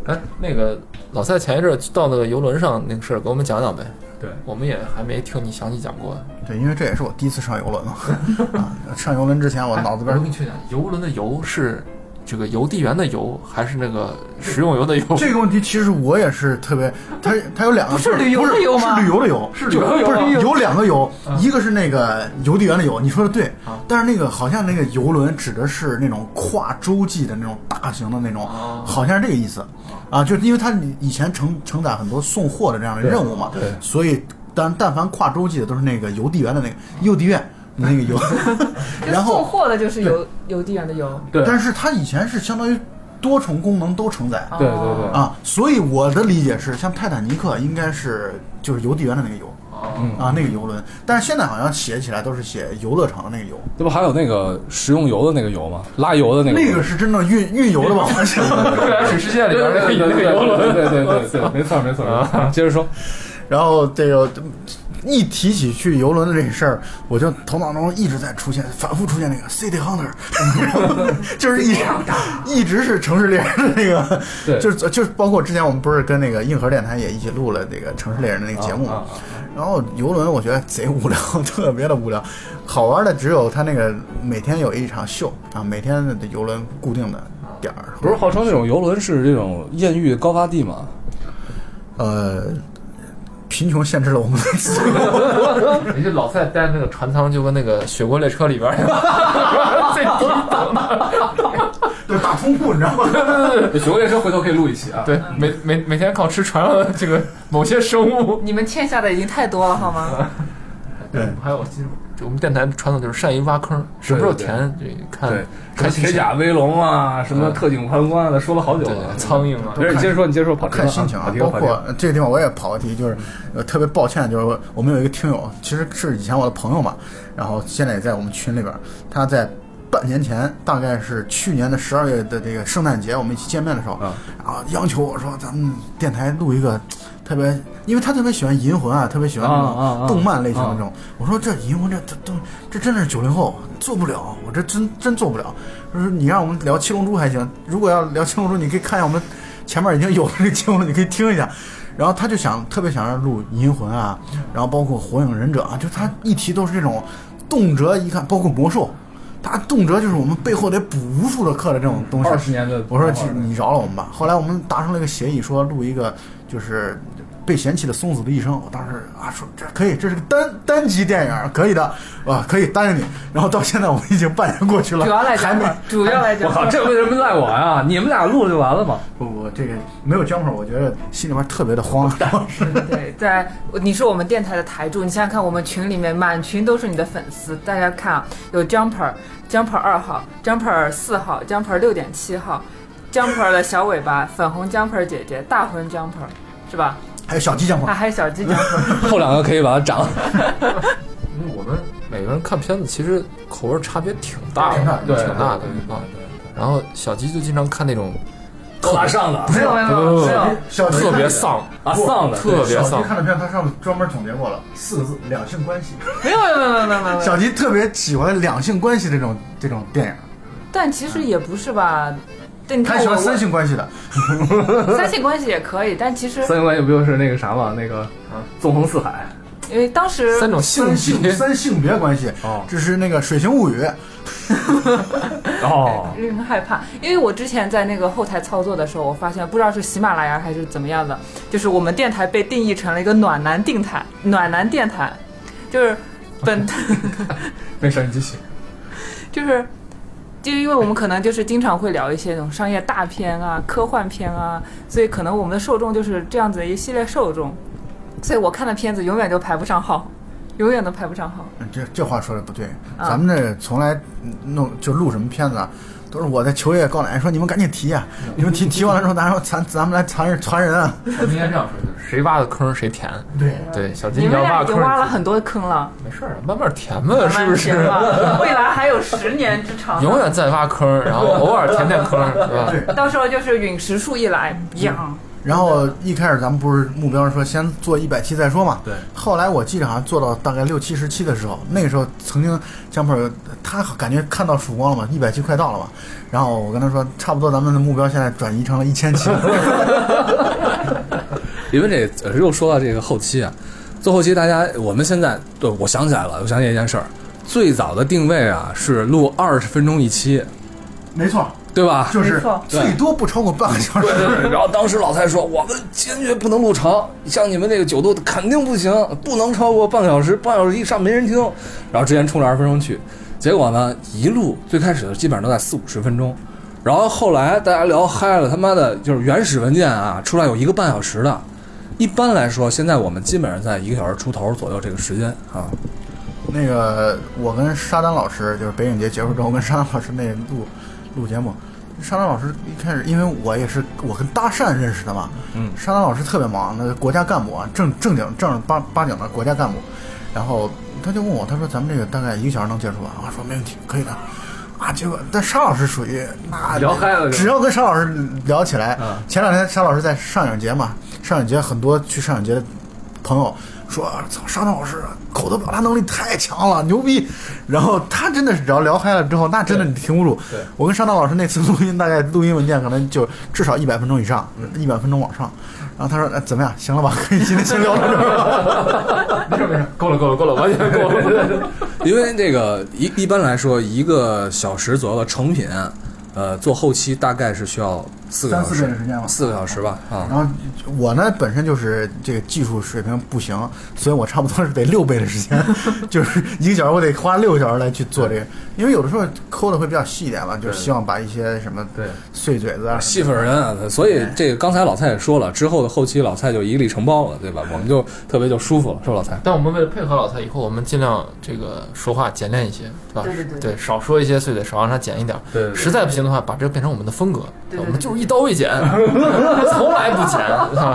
Speaker 3: 哎，那个老蔡前一阵儿到那个游轮上那个事儿，给我们讲讲呗。
Speaker 1: 对
Speaker 3: 我们也还没听你详细讲过。
Speaker 4: 对，因为这也是我第一次上游轮嘛。啊，上游轮之前我脑子
Speaker 3: 哎
Speaker 4: 边
Speaker 3: 我给你确定，游轮的游是这个邮递员的邮，还是那个食用油的油？
Speaker 4: 这个问题其实我也是特别，它它有两个，不
Speaker 2: 是旅游的游
Speaker 4: 游
Speaker 2: 吗
Speaker 4: 是旅游的游，是
Speaker 3: 旅游的游
Speaker 4: 不
Speaker 3: 吗
Speaker 4: 是有两个游，
Speaker 2: 嗯
Speaker 4: 一个是那个邮递员的邮，你说的对，但是那个好像那个游轮指的是那种跨洲际的那种大型的那种，
Speaker 2: 哦
Speaker 4: 好像是这个意思，
Speaker 2: 嗯
Speaker 4: 啊，就因为它以前承承载很多送货的这样的任务嘛，所以但但凡跨洲际的都是那个邮递员的那个邮递员那个 邮， 然
Speaker 2: 送
Speaker 4: 后
Speaker 2: 货的就是邮邮递员的邮。
Speaker 1: 对
Speaker 4: 但是它以前是相当于多重功能都承载，
Speaker 1: 对对对
Speaker 4: 啊，所以我的理解是，像泰坦尼克应该是就是邮递员的那个邮
Speaker 3: 哦
Speaker 4: 啊，那个邮轮，但是现在好像写起来都是写游乐场的那个游，
Speaker 1: 这不还有那个食用油的那个油吗？拉油的那个
Speaker 4: 那个是真正运运油的吧？好像。
Speaker 3: 《未来水世界》里边那个那个游轮。
Speaker 1: 对对对对对，没错没错，接着说，
Speaker 4: 然后这个一提起去游轮的这事儿，我就头脑中一直在出现，反复出现那个 City Hunter，就是一直一直是城市猎人的那个，
Speaker 1: 对
Speaker 4: 就是就是包括之前我们不是跟那个硬核电台也一起录了那个城市猎人的那个节目，
Speaker 1: 啊啊
Speaker 4: 然后游轮我觉得贼无聊，特别的无聊，好玩的只有它那个每天有一场秀啊，每天的游轮固定的点儿，
Speaker 1: 不是号称这种游轮是这种艳遇高发地吗？
Speaker 4: 呃，贫穷限制了我们的自由。
Speaker 3: 你就老在带那个船舱，就跟那个《雪国列车》里边儿最低等的。
Speaker 4: 对，大通铺，你知道吗？
Speaker 1: 雪国列车回头可以录一期啊。
Speaker 3: 对，每每每天靠吃船上的这个某些生物。
Speaker 2: 你们欠下的已经太多了，好吗？
Speaker 4: 对
Speaker 3: 还有我记得我们电台传统就是善于挖坑，什么时候
Speaker 1: 对对
Speaker 3: 填这看
Speaker 1: 对，什么
Speaker 3: 看心
Speaker 1: 铁
Speaker 3: 情
Speaker 1: 甲威龙啊，什么特警判官啊，说了好久
Speaker 3: 对
Speaker 1: 了。
Speaker 3: 苍蝇啊，
Speaker 1: 没事，你接着说，你接着说，跑题了
Speaker 4: 看心情
Speaker 1: 跑
Speaker 4: 啊
Speaker 1: 题，了
Speaker 4: 包
Speaker 1: 跑题了
Speaker 4: 括这个地方我也跑个题，就是呃特别抱歉，就是我们有一个听友，其实是以前我的朋友嘛，然后现在也在我们群里边儿，他在半年前，大概是去年的十二月的这个圣诞节，我们一起见面的时候，
Speaker 1: 啊
Speaker 4: 然后央求我说咱们电台录一个特别，因为他特别喜欢银魂啊，特别喜欢那
Speaker 1: 啊啊啊
Speaker 4: 种动漫类型的这种，我说这银魂这这都这真的是九零后做不了，我这真真做不了。就是你让我们聊七龙珠还行，如果要聊七龙珠，你可以看一下我们前面已经有的这个节目了，你可以听一下。然后他就想特别想让录银魂啊，然后包括火影忍者啊，就他一提都是这种动辄一看，包括魔兽，他动辄就是我们背后得补无数的课的这种东西。
Speaker 1: 二十年的，
Speaker 4: 我说这你饶了我们吧。后来我们达成了一个协议，说录一个就是被嫌弃的松子的一生。我当时啊说这可以，这是个单单集电影，可以的啊，可以答应你。然后到现在我们已经半年过去了，
Speaker 2: 主要来
Speaker 4: 还
Speaker 2: 讲
Speaker 4: 没
Speaker 2: 会儿，主要来
Speaker 1: 我
Speaker 2: 讲会
Speaker 1: 靠，
Speaker 2: 儿。
Speaker 1: 这为什么赖我呀？你们俩录了就完了嘛。
Speaker 4: 不不，这个没有姜粉，我觉得心里边特别的慌。
Speaker 2: 对，在你是我们电台的台柱，你想想看，我们群里面满群都是你的粉丝。大家看啊，有 Jumper、Jumper 二号、Jumper 四号、Jumper 六点七号、Jumper 的小尾巴、粉红 Jumper 姐姐、大魂 Jumper，是吧？
Speaker 4: 还有小鸡姜
Speaker 2: 啊，
Speaker 4: 粉，
Speaker 2: 还有小鸡 Jumper，
Speaker 1: 后两个可以把它斩了。
Speaker 3: 因为我们每个人看片子其实口味差别挺大
Speaker 4: 挺大
Speaker 3: 的
Speaker 4: 的，
Speaker 3: 挺大的啊。
Speaker 1: 对，
Speaker 3: 然后小吉就经常看那种
Speaker 1: 高大上的
Speaker 2: 没有没有没
Speaker 3: 不不
Speaker 2: 有没
Speaker 3: 不
Speaker 2: 有，
Speaker 4: 小鸡
Speaker 3: 特
Speaker 4: 看
Speaker 3: 别
Speaker 4: 的
Speaker 3: 丧，
Speaker 1: 啊，丧的，
Speaker 3: 特别
Speaker 4: 小
Speaker 3: 丧
Speaker 4: 鸡。看的片，它上面专门总结过了四个字：两性关系。
Speaker 2: 没有没有没有没有没有没有。
Speaker 4: 小吉特别喜欢两性关系这种这种电影，
Speaker 2: 但其实也不是吧，对，你
Speaker 4: 他
Speaker 2: 看
Speaker 4: 喜
Speaker 2: 我
Speaker 4: 欢三性关系的。
Speaker 2: 我三性关系也可以，但其实
Speaker 1: 三角关系不就是那个啥嘛，那个纵横四海。
Speaker 2: 因为当时
Speaker 3: 三种性
Speaker 4: 三
Speaker 3: 别
Speaker 4: 性，三性别关系，
Speaker 1: 哦
Speaker 4: 这是那个《水形物语》
Speaker 1: 哦，
Speaker 2: 令人害怕，因为我之前在那个后台操作的时候，我发现不知道是喜马拉雅还是怎么样的，就是我们电台被定义成了一个暖男电台，暖男电台，就是本
Speaker 1: 没事，你继续。
Speaker 2: 就是。就因为我们可能就是经常会聊一些那种商业大片啊、科幻片啊，所以可能我们的受众就是这样子的一系列受众，所以我看的片子永远都排不上号，永远都排不上号。
Speaker 4: 嗯这这话说的不对，
Speaker 2: 啊
Speaker 4: 咱们这从来嗯弄就录什么片子啊，都是我在求爷告奶说你们赶紧提啊，你们提提完了之后，咱说咱咱们来传人传人啊。
Speaker 3: 我 们应该这样说，就是谁挖的坑谁填。
Speaker 4: 对，
Speaker 3: 对，啊小
Speaker 2: 你
Speaker 3: 金你
Speaker 2: 们
Speaker 3: 要
Speaker 2: 俩
Speaker 3: 挖
Speaker 2: 已
Speaker 3: 坑
Speaker 2: 经，挖了很多坑了，
Speaker 3: 没事儿，慢慢填吧，是不是
Speaker 2: 慢？慢填吧未来还有十年之长呢。
Speaker 3: 永远在挖坑，然后偶尔填填坑，是吧？
Speaker 4: 对
Speaker 2: 到时候就是陨石树一来，呀，
Speaker 4: 然后一开始咱们不是目标是说先做一百期再说嘛？
Speaker 1: 对
Speaker 4: 后来我记得好像做到大概六七十期的时候，那个时候曾经江鹏他感觉看到曙光了嘛，一百期快到了嘛。然后我跟他说，差不多咱们的目标现在转移成了一千期。
Speaker 1: 因为这呃又说到这个后期啊，做后期大家我们现在对我想起来了，我想起一件事儿，最早的定位啊是录二十分钟一期，
Speaker 4: 没错，
Speaker 1: 对吧？
Speaker 4: 就是
Speaker 2: 没错
Speaker 4: 最多不超过半个小时。
Speaker 1: 对 对对，然后当时老蔡说，我们坚决不能录长，像你们这个九度肯定不行，不能超过半个小时，半小时以上没人听。然后之前冲着二十分钟去，结果呢，一录最开始基本上都在四五十分钟，然后后来大家聊嗨了，他妈的就是原始文件啊，出来有一个半小时的。一般来说，现在我们基本上在一个小时出头左右这个时间啊，
Speaker 4: 那个，我跟沙丹老师，就是北影节结束之后，跟沙丹老师那录录节目。沙丹老师一开始，因为我也是我跟搭讪认识的嘛，
Speaker 1: 嗯
Speaker 4: 沙丹老师特别忙，那国家干部啊，正正经正儿八八经的国家干部，然后他就问我，他说咱们这个大概一个小时能结束吧？我说没问题，可以的。啊，结果但沙老师属于那
Speaker 1: 啊聊嗨了就
Speaker 4: 只要跟沙老师聊起来
Speaker 1: 啊，
Speaker 4: 前两天沙老师在上影节嘛，上影节很多去上影节的朋友说：“操，沙东老师口头表达能力太强了，牛逼！”然后他真的是只要聊嗨了之后，那真的你停不住。
Speaker 1: 对
Speaker 4: 我跟沙东老师那次录音，大概录音文件可能就至少一百分钟以上，
Speaker 1: 嗯
Speaker 4: 一百分钟往上。然后他说：“哎，怎么样？行了吧？可以今天先聊到这儿。
Speaker 3: 够了够了够了，完全够了。
Speaker 1: 因为这个一一般来说，一个小时左右的成品，呃，做后期大概是需要四个小时，
Speaker 4: 三四倍的时间吧
Speaker 1: 四个小时吧，啊、
Speaker 4: 然后我呢，本身就是这个技术水平不行，所以我差不多是得六倍的时间， 就是一个小时我得花六个小时来去做这个，因为有的时候抠的会比较细一点嘛，就是希望把一些什么
Speaker 1: 对
Speaker 4: 碎嘴子啊，
Speaker 1: 戏份儿人啊，所以这个刚才老蔡也说了，之后的后期老蔡就一力承包了，对吧？我们就特别就舒服了，是吧，老蔡？
Speaker 3: 但我们为了配合老蔡，以后我们尽量这个说话简练一些，对吧？
Speaker 2: 对对对
Speaker 3: 少说一些碎嘴，少让它剪一点。
Speaker 1: 对对对
Speaker 3: 实在不行的话，把这个变成我们的风格，
Speaker 2: 对对对
Speaker 3: 我们就是一刀未 剪，从来不剪，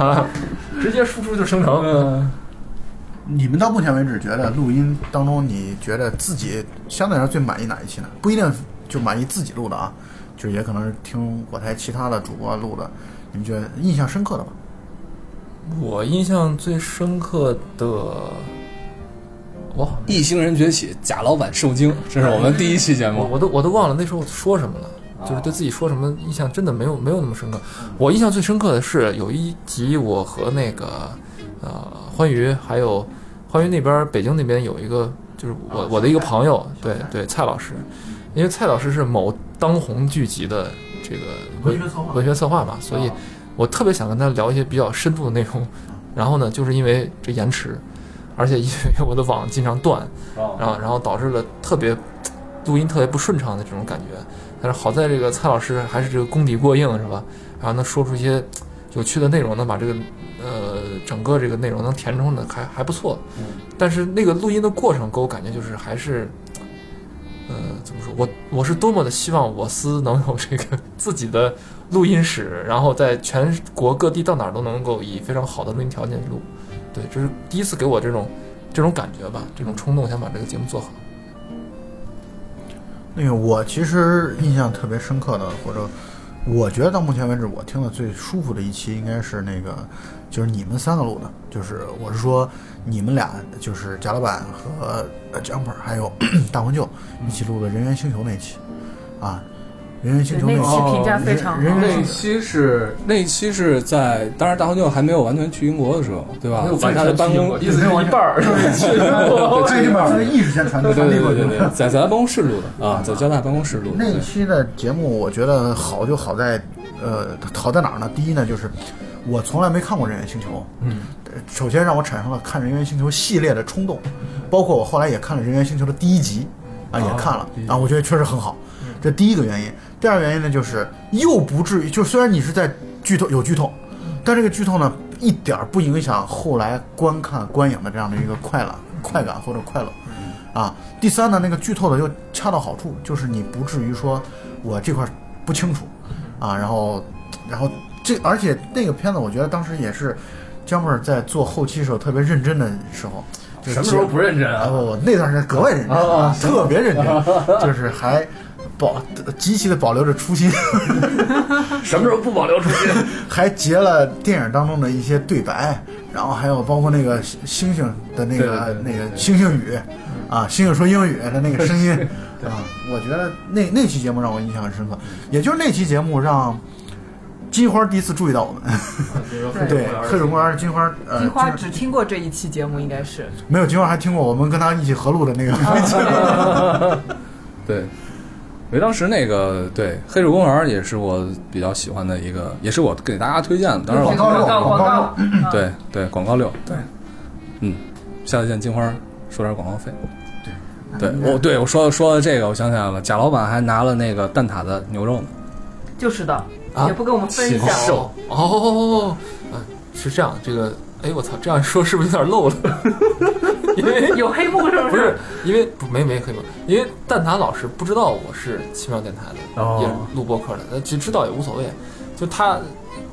Speaker 3: 直接输出就生成。
Speaker 4: 你们到目前为止觉得录音当中，你觉得自己相对来说最满意哪一期呢？不一定就满意自己录的啊，就也可能是听我台其他的主播录的，你们觉得印象深刻的吧？
Speaker 3: 我印象最深刻的，我好像
Speaker 1: 异星人崛起，贾老板受惊，这是我们第一期节
Speaker 3: 我
Speaker 1: 目。
Speaker 3: 我都我都忘了那时候说什么了，就是对自己说什么印象真的没有没有那么深刻。我印象最深刻的是有一集我和那个呃欢愉还有欢愉那边儿北京那边有一个就是我我的一个朋友，对对蔡老师，因为蔡老师是某当红剧集的这个文学策划文啊学策划嘛，所以我特别想跟他聊一些比较深度的内容。 然后呢，就是因为这延迟，而且因为我的网经常断，然后然后导致了特别录音特别不顺畅的这种感觉。但是好在这个蔡老师还是这个功底过硬，是吧？然后能说出一些有趣的内容，能把这个呃整个这个内容能填充的还还不错。但是那个录音的过程给我感觉就是还是。呃，怎么说？我我是多么的希望我司能有这个自己的录音室，然后在全国各地到哪儿都能够以非常好的录音条件录。对，这是第一次给我这种这种感觉吧，这种冲动想把这个节目做好。
Speaker 4: 那个我其实印象特别深刻的，或者我觉得到目前为止我听的最舒服的一期，应该是那个就是你们三个录的，就是我是说你们俩，就是贾老板和呃 Jumper 还有大黄舅一起录的《人猿星球》那一期啊，《人猿星球》
Speaker 2: 对那
Speaker 4: 期
Speaker 2: 期评价非常好
Speaker 4: 人人
Speaker 1: 那
Speaker 4: 猿
Speaker 1: 一
Speaker 4: 星球
Speaker 1: 期是那一期是在，当然大黄牛还没有完全去英国的时候，对吧？在他的办公，
Speaker 3: 意思是一半儿。
Speaker 4: 对这边的意识先传递
Speaker 1: 对
Speaker 4: 传
Speaker 1: 对
Speaker 4: 递过
Speaker 1: 对
Speaker 4: 去
Speaker 1: 对对
Speaker 4: 了，。
Speaker 1: 在在他办公室录的啊，在交大办公室录的。
Speaker 4: 那一
Speaker 1: 对
Speaker 4: 期的节目，我觉得好就好在，呃，好在哪儿呢？第一呢，就是我从来没看过《人猿星球》，嗯，首先让我产生了看《人猿星球》系列的冲动，包括我后来也看了《人猿星球》的第一集，
Speaker 1: 哦
Speaker 4: 啊，也看了啊，我觉得确实很好，
Speaker 1: 嗯
Speaker 4: 这第一个原因。第二个原因呢，就是又不至于，就虽然你是在剧透有剧透，
Speaker 1: 嗯
Speaker 4: 但这个剧透呢，一点儿不影响后来观看观影的这样的一个快乐、快感或者快乐。啊，第三呢，那个剧透的又恰到好处，就是你不至于说我这块儿不清楚啊，然后，然后这而且那个片子，我觉得当时也是姜妹儿在做后期的时候特别认真的时候，就是啊剪
Speaker 1: 认真
Speaker 4: 啊，？不，那段时间格外认真，特别认真，就是还保极其的保留着初心，
Speaker 1: 什么时候不保留初心？
Speaker 4: 还截了电影当中的一些对白，然后还有包括那个星星星的那个
Speaker 1: 对对对
Speaker 4: 那个星星语啊，星星说英语的那个声音啊，我觉得那那期节目让我印象很深刻，也就是那期节目让金花第一次注意到我们，对，黑水公园金花呃
Speaker 2: 金花只听过这一期节目，应该是
Speaker 4: 没有金花还听过我们跟他一起合录的那个，
Speaker 2: 哦
Speaker 1: 对，因为当时那个对《黑水公园》也是我比较喜欢的一个，也是我给大家推荐的。当然我
Speaker 4: 广 告
Speaker 2: 广告
Speaker 4: 广告
Speaker 2: 广告
Speaker 1: 对对广告六对，嗯，下次见金花收点广告费。对我对我说说到这个，我想起来了，贾老板还拿了那个蛋挞的牛肉呢。
Speaker 2: 就是的
Speaker 1: 啊，
Speaker 2: 也不跟我们分
Speaker 1: 禽兽
Speaker 2: 享。
Speaker 3: 哦哦，嗯，是这样，这个，哎，我操，这样说是不是有点漏了？因为
Speaker 2: 有黑幕是不
Speaker 3: 不是
Speaker 2: 是？
Speaker 3: 因为不没没黑幕，因为蛋挞老师不知道我是奇妙电台的，
Speaker 1: 哦
Speaker 3: 也是录播客的，呃，其实知道也无所谓。就他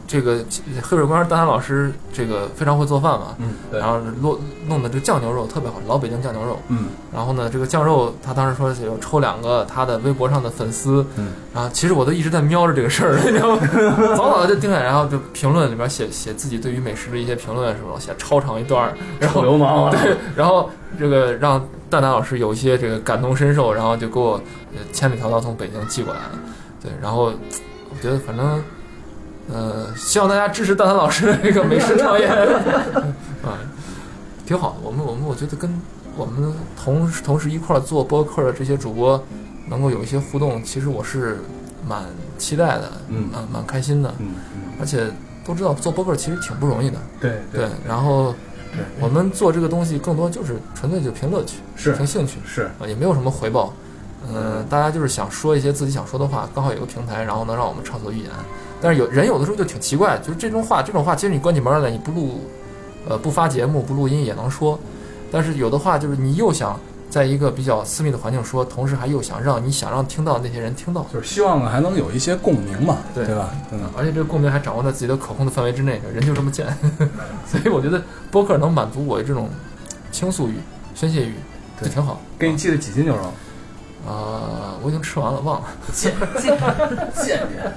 Speaker 3: 这个黑水公园大山老师这个非常会做饭嘛，
Speaker 1: 嗯，对
Speaker 3: 然，后落弄的这个酱牛肉特别好，老北京酱牛肉。
Speaker 1: 嗯
Speaker 3: 然后呢，这个酱肉他当时说有抽两个他的微博上的粉丝，
Speaker 1: 嗯
Speaker 3: 然后其实我都一直在瞄着这个事儿，你知道吗？ 早早的就定下来，然后就评论里边写写自己对于美食的一些评论什么的，写超长一段儿，然后
Speaker 5: 臭流氓啊
Speaker 3: 对，然后这个让蛋蛋老师有一些这个感同身受，然后就给我呃千里迢迢从北京寄过来了，对，然后嘖我觉得反正。呃，希望大家支持蛋蛋老师的这个美食创业，啊， 挺好的。我们我们我觉得跟我们同时同时一块儿做播客的这些主播，能够有一些互动，其实我是蛮期待的，
Speaker 1: 嗯
Speaker 3: 啊，蛮开心的。
Speaker 1: 嗯嗯，
Speaker 3: 而且都知道做播客其实挺不容易的，
Speaker 1: 对
Speaker 3: 对。然后
Speaker 1: 对
Speaker 3: 我们做这个东西，更多就是纯粹就凭乐趣，
Speaker 1: 是
Speaker 3: 凭兴趣
Speaker 1: 是，
Speaker 3: 啊，也没有什么回报。嗯、大家就是想说一些自己想说的话，刚好有个平台，然后能让我们畅所欲言。但是有人有的时候就挺奇怪，就是这种话，这种话其实你关起门来，你不录，呃，不发节目，不录音也能说。但是有的话就是你又想在一个比较私密的环境说，同时还又想让你想让听到的那些人听到，
Speaker 1: 就是希望还能有一些共鸣嘛，
Speaker 3: 对
Speaker 1: 对吧？嗯，
Speaker 3: 而且这个共鸣还掌握在自己的可控的范围之内，人就这么贱， 所以我觉得播客能满足我这种倾诉欲、宣泄欲，就
Speaker 1: 对
Speaker 3: 挺好。
Speaker 1: 给你寄了几斤牛肉？
Speaker 3: 啊、我已经吃完了，忘了。
Speaker 5: 贱贱贱人，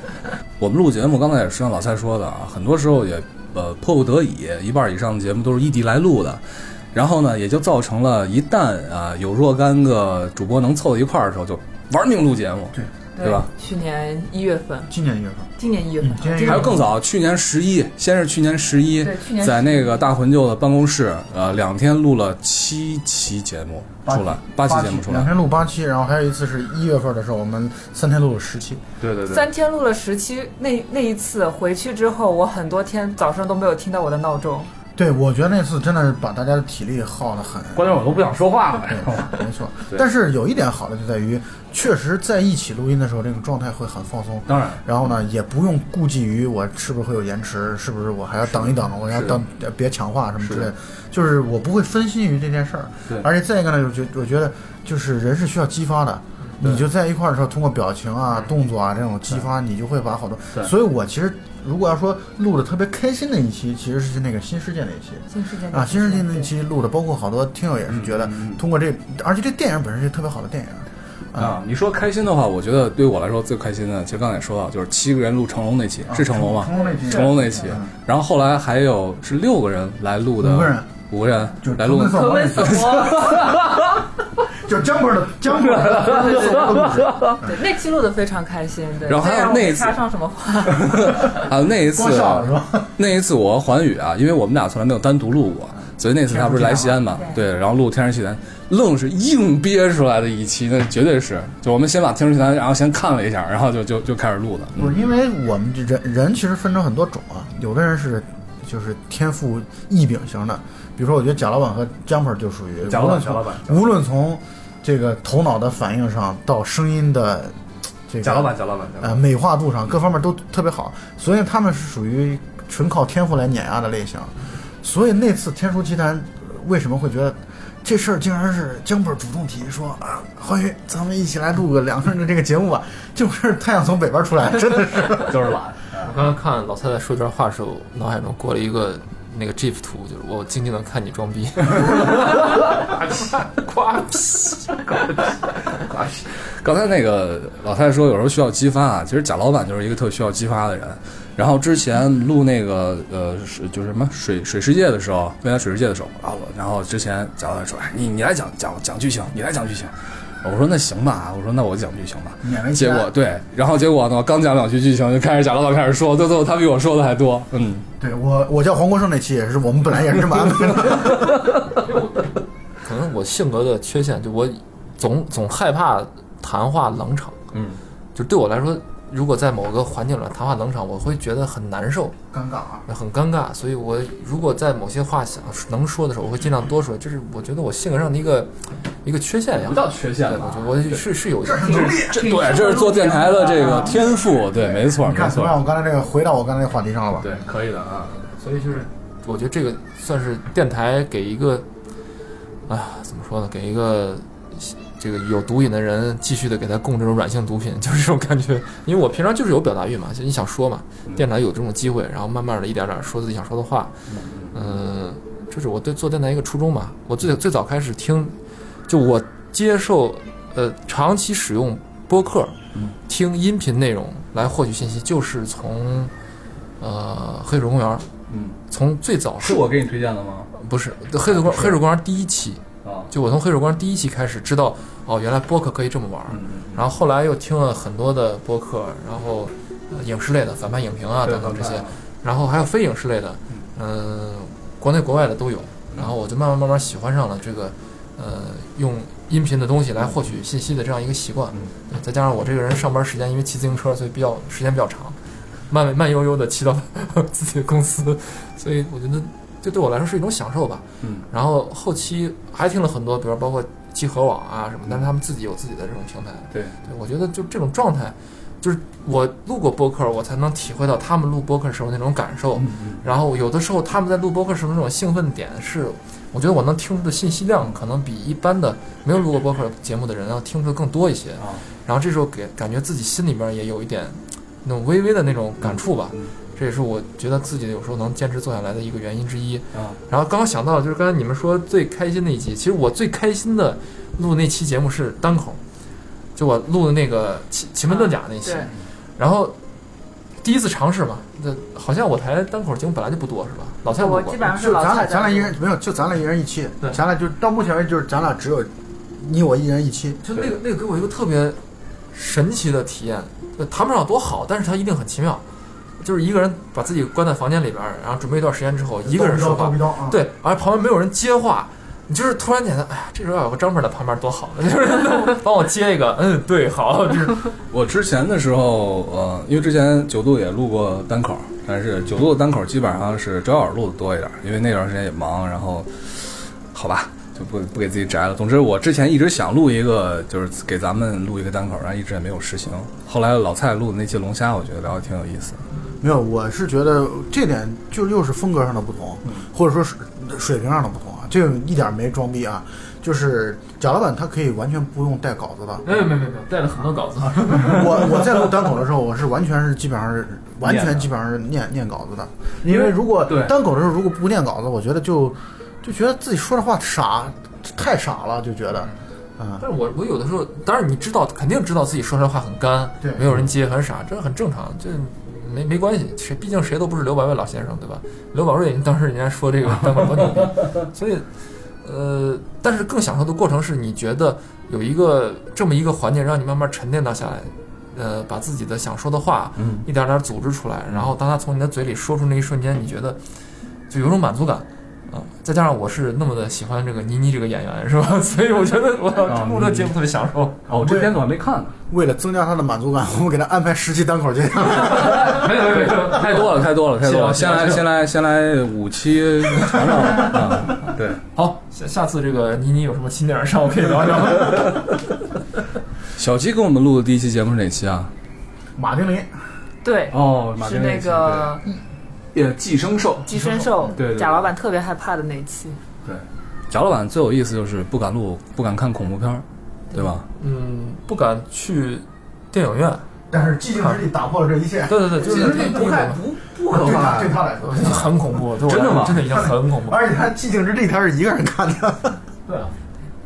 Speaker 1: 我们录节目，刚才也是像老蔡说的啊，很多时候也呃迫不得已，一半以上的节目都是异地来录的，然后呢，也就造成了一旦啊有若干个主播能凑到一块儿的时候，就玩命录节目，
Speaker 4: 对
Speaker 1: 对吧？
Speaker 2: 去年一月份，
Speaker 4: 今年一月份，
Speaker 2: 今年一月份
Speaker 4: 嗯，今年一月份
Speaker 1: 还有更早，去年十一，先是去年十一
Speaker 2: 对去年，11
Speaker 1: 在那个大魂舅的办公室，呃，两天录了七期节目
Speaker 4: 八
Speaker 1: 出来，八期节目
Speaker 4: 期
Speaker 1: 出
Speaker 4: 两
Speaker 1: 来，
Speaker 4: 天录八期，然后还有一次是一月份的时候，我们三天录了十期。
Speaker 1: 对对
Speaker 2: 三天录了十期，那那一次回去之后，我很多天早上都没有听到我的闹钟。
Speaker 4: 对，我觉得那次真的是把大家的体力耗得很。
Speaker 5: 关键我都不想说话了。
Speaker 4: 对，没错
Speaker 1: 对。
Speaker 4: 但是有一点好的就在于，确实在一起录音的时候，这种状态会很放松。
Speaker 1: 当然，
Speaker 4: 然后呢，也不用顾忌于我是不是会有延迟，是不是我还要等一等，我要等呃别强化什么之类的，就是我不会分心于这件事儿。
Speaker 1: 对
Speaker 4: 而且再一个呢，我觉我觉得就是人是需要激发的。
Speaker 1: 嗯对嗯
Speaker 4: 你就在一块儿的时候，通过表情啊、动作啊这种激发，你就会把好
Speaker 1: 对
Speaker 4: 多。所以我其实如果要说录的特别开心的一期，其实是那个新世界那一期。
Speaker 2: 新世界
Speaker 4: 啊，新世纪那
Speaker 2: 对
Speaker 4: 期录的，包括好多听友也是
Speaker 1: 嗯
Speaker 4: 觉得通过这，而且这电影本身是特别好的电影，
Speaker 1: 啊，你说开心的话，我觉得对我来说最开心的，其实刚才也说到，就是七个人录成龙那期，是成龙吗？
Speaker 4: 成龙那期，
Speaker 1: 成龙那期，然后后来还有是六个人来录的，
Speaker 4: 嗯五个人，
Speaker 1: 五个人
Speaker 4: 就是
Speaker 1: 来录
Speaker 4: 中，
Speaker 2: 可
Speaker 4: 国
Speaker 2: 为什么？
Speaker 4: 就是江波的江波 的，
Speaker 2: 对，那期录的非常开心，对。
Speaker 1: 然后还有
Speaker 2: 虽我
Speaker 1: 那一
Speaker 2: 没
Speaker 1: 次
Speaker 2: 插上什么话，
Speaker 1: 啊，嗯那一次
Speaker 4: 光笑了是吧？
Speaker 1: 那一次我和环宇啊，因为我们俩从来没有单独录过，所以那次他不是来西安嘛，对，然后录《天然气坛》，愣是硬憋出来的一期，那绝对是，就我们先把《天然气坛》，然后先看了一下，然后就就就开始录的，
Speaker 4: 不是因为我们这人人其实分成很多种啊，有的人是就是天赋异禀型的，比如说我觉得贾老板和江波就属于
Speaker 5: 贾老板贾老板
Speaker 4: 无论从这个头脑的反应上到声音的这个
Speaker 5: 贾老板，贾老板，贾老板
Speaker 4: 呃美化度上各方面都特别好，所以他们是属于纯靠天赋来碾压的类型。所以那次《天书奇谭》为什么会觉得这事儿竟然是江本主动提议说啊，欢宇，咱们一起来录个两个人的这个节目吧？ 这不是太阳从北边出来， 真的是。
Speaker 5: 就是懒。
Speaker 3: 我刚刚看老蔡在说这段话的时候，脑海中过了一个那个 GIF 图，就是我静静的看你装逼，夸
Speaker 1: 刚才那个老太太说，有时候需要激发啊，其实贾老板就是一个特需要激发的人。然后之前录那个呃，是就是什么水水世界的时候，未来水世界的时候，然后然后之前贾老板说，哎，你你来讲讲讲剧情，你来讲剧情。我说那行吧，我说那我讲剧情吧。
Speaker 4: 勉为其
Speaker 1: 结
Speaker 4: 难
Speaker 1: 果对，然后结果呢，刚讲两句剧情，就开始贾老板开始说，到最后他比我说的还多。嗯，
Speaker 4: 对我，我叫黄国胜那期也是我们本来也是这么安排的。
Speaker 3: 可能我性格的缺陷，就我总总害怕谈话冷场。
Speaker 1: 嗯，
Speaker 3: 就对我来说，如果在某个环境里谈话冷场，我会觉得很难受，
Speaker 4: 尴尬啊！
Speaker 3: 很尴尬。所以我如果在某些话想能说的时候，我会尽量多说。这是我觉得我性格上的一个一个缺陷呀
Speaker 5: 不。叫缺陷
Speaker 3: 对，
Speaker 5: 吧
Speaker 3: 我觉得我是是有一些。
Speaker 1: 这嗯对，这是做电台的这个天赋，对，没错，
Speaker 4: 你
Speaker 1: 没
Speaker 4: 看怎么样？
Speaker 1: 错。
Speaker 4: 我刚才这个回到我刚才这个话题上了吧？
Speaker 5: 对，可以的啊。
Speaker 3: 所以就是，我觉得这个啊算是电台给一个，哎呀，怎么说呢？给一个这这个有毒瘾的人继续的给他供这种软性毒品， 就是这种感觉。因为我平常就是有表达欲嘛，就你想说嘛，电台有这种机会，然后慢慢的一点点说自己想说的话，嗯，这是我对做电台一个初衷嘛。我最最早开始听，就我接受呃长期使用播客，
Speaker 1: 嗯
Speaker 3: 听音频内容来获取信息，就是从呃黑水公园，
Speaker 1: 嗯，
Speaker 3: 从最早
Speaker 1: 是我给你推荐的吗？
Speaker 3: 不是黑水公黑水公园第一期，
Speaker 1: 啊，
Speaker 3: 就我从黑水公园第一期开始知道，哦，原来播客可以这么玩
Speaker 1: 嗯
Speaker 3: 儿。然后后来又听了很多的播客，然后、呃影视类的反派影评啊
Speaker 1: 对
Speaker 3: 等等这
Speaker 1: 反派
Speaker 3: 些
Speaker 1: 啊，
Speaker 3: 然后还有非影视类的，嗯、国内国外的都有。然后我就慢慢慢慢喜欢上了这个，呃，用音频的东西来获取信息的这样一个习惯。对再加上我这个人上班时间因为骑自行车，所以比较时间比较长，慢慢悠悠的骑到自己的公司，所以我觉得这对我来说是一种享受吧。
Speaker 1: 嗯，
Speaker 3: 然后后期还听了很多，比如包括集合网啊什么，但是他们自己有自己的这种平台。
Speaker 1: 对，
Speaker 3: 对，我觉得就这种状态，就是我录过播客，我才能体会到他们录播客时候那种感受。
Speaker 1: 嗯
Speaker 3: 然后有的时候他们在录播客时候那种兴奋点是，我觉得我能听出的信息量可能比一般的没有录过播客节目的人要听出的更多一些。
Speaker 1: 啊，
Speaker 3: 然后这时候给感觉自己心里边也有一点那种微微的那种感触吧。这也是我觉得自己有时候能坚持做下来的一个原因之一。
Speaker 1: 啊，
Speaker 3: 然后刚刚想到，就是刚才你们说最开心的一集，其实我最开心的录那期节目是单口，就我录的那个奇奇门遁甲那期。
Speaker 2: 对，
Speaker 3: 然后第一次尝试嘛，那好像我台单口节目本来就不多是吧？老蔡录
Speaker 2: 我
Speaker 3: 过，
Speaker 2: 基本上是
Speaker 4: 就
Speaker 2: 老
Speaker 4: 咱俩，
Speaker 2: 蔡
Speaker 4: 咱
Speaker 2: 在
Speaker 4: 俩一
Speaker 2: 录，
Speaker 4: 人没有，就咱俩一人一期
Speaker 3: 对，
Speaker 4: 咱俩就到目前为止就是咱俩只有你我一人一期。
Speaker 3: 就那个那个给我一个特别神奇的体验，呃谈不上多好，但是它一定很奇妙。就是一个人把自己关在房间里边儿，然后准备一段时间之后，一个人说话，
Speaker 4: 刀啊，
Speaker 3: 对，而旁边没有人接话，你就是突然间，哎呀，这时候有个张本在旁边多好， 就是能帮我接一个，嗯，对，好，就是。
Speaker 1: 我之前的时候，呃，因为之前九度也录过单口，但是九度的单口基本上是周小友录的多一点，因为那段时间也忙，然后好吧，就不不给自己摘了。总之，我之前一直想录一个，就是给咱们录一个单口，然后一直也没有实行。后来老蔡录的那期龙虾，我觉得聊的挺有意思。
Speaker 4: 没有，我是觉得这点就又是风格上的不同，或者说是水平上的不同啊，这个一点没装逼啊，就是贾老板他可以完全不用带稿子的
Speaker 3: 没有没有没有，带了很多稿子，
Speaker 4: 我我在录单口的时候，我是完全是基本上是完
Speaker 1: 念
Speaker 4: 全
Speaker 1: 的
Speaker 4: 基本上是念念稿子的，因为如果单口的时候如果不念稿子，我觉得就就觉得自己说的话傻，太傻了，就觉得，嗯
Speaker 3: 但，是我我有的时候，当然你知道，肯定知道自己说出来话很干，
Speaker 4: 对
Speaker 3: 没有人接，很傻，这很正常，这没没关系，谁毕竟谁都不是刘百瑞老先生，对吧？刘百瑞当时人家说这 个单口多牛逼，所以。呃，但是更享受的过程是你觉得有一个这么一个环境，让你慢慢沉淀到下来，呃，把自己的想说的话，
Speaker 1: 嗯，
Speaker 3: 一点点组织出来，然后当他从你的嘴里说出那一瞬间，你觉得就有种满足感。啊，再加上我是那么的喜欢这个倪妮这个演员，是吧？ 所以我觉得我
Speaker 5: 啊
Speaker 3: 录这节目特别享受。
Speaker 5: 哦，我这片子我还没看呢。
Speaker 4: 为了增加他的满足感，我们给他安排十期单口节目。
Speaker 5: 没有没有没有，
Speaker 1: 太多了，太多了，太多了！
Speaker 3: 谢
Speaker 1: 先
Speaker 3: 谢
Speaker 1: 来，
Speaker 3: 谢谢
Speaker 1: 先来，先来五期 尝尝啊！对，
Speaker 3: 好，下下次这个倪妮有什么新电影上，我可以 聊聊。
Speaker 1: 小鸡跟我们录的第一期节目是哪期啊？
Speaker 4: 马丁林，
Speaker 2: 对，
Speaker 5: 哦，马
Speaker 2: 是
Speaker 5: 丁
Speaker 2: 那个
Speaker 5: 对呃寄生兽，
Speaker 2: 寄生兽
Speaker 5: 嗯对对，对
Speaker 2: 贾老板特别害怕的那一期，
Speaker 5: 对，
Speaker 1: 贾老板最有意思就是不敢录，不敢看恐怖片儿，对吧？
Speaker 3: 嗯，不敢去电影院。
Speaker 4: 但是寂静之地打破了这一切。
Speaker 3: 对对对，就
Speaker 5: 寄
Speaker 3: 是
Speaker 5: 生兽不太不不可
Speaker 4: 对他
Speaker 5: 怕
Speaker 4: 对，他来说，
Speaker 3: 呃很恐怖，对我来说
Speaker 5: 真的吗啊
Speaker 3: 真的已经很恐怖。
Speaker 4: 而且他寂静之地他是一个人看的，
Speaker 3: 对啊，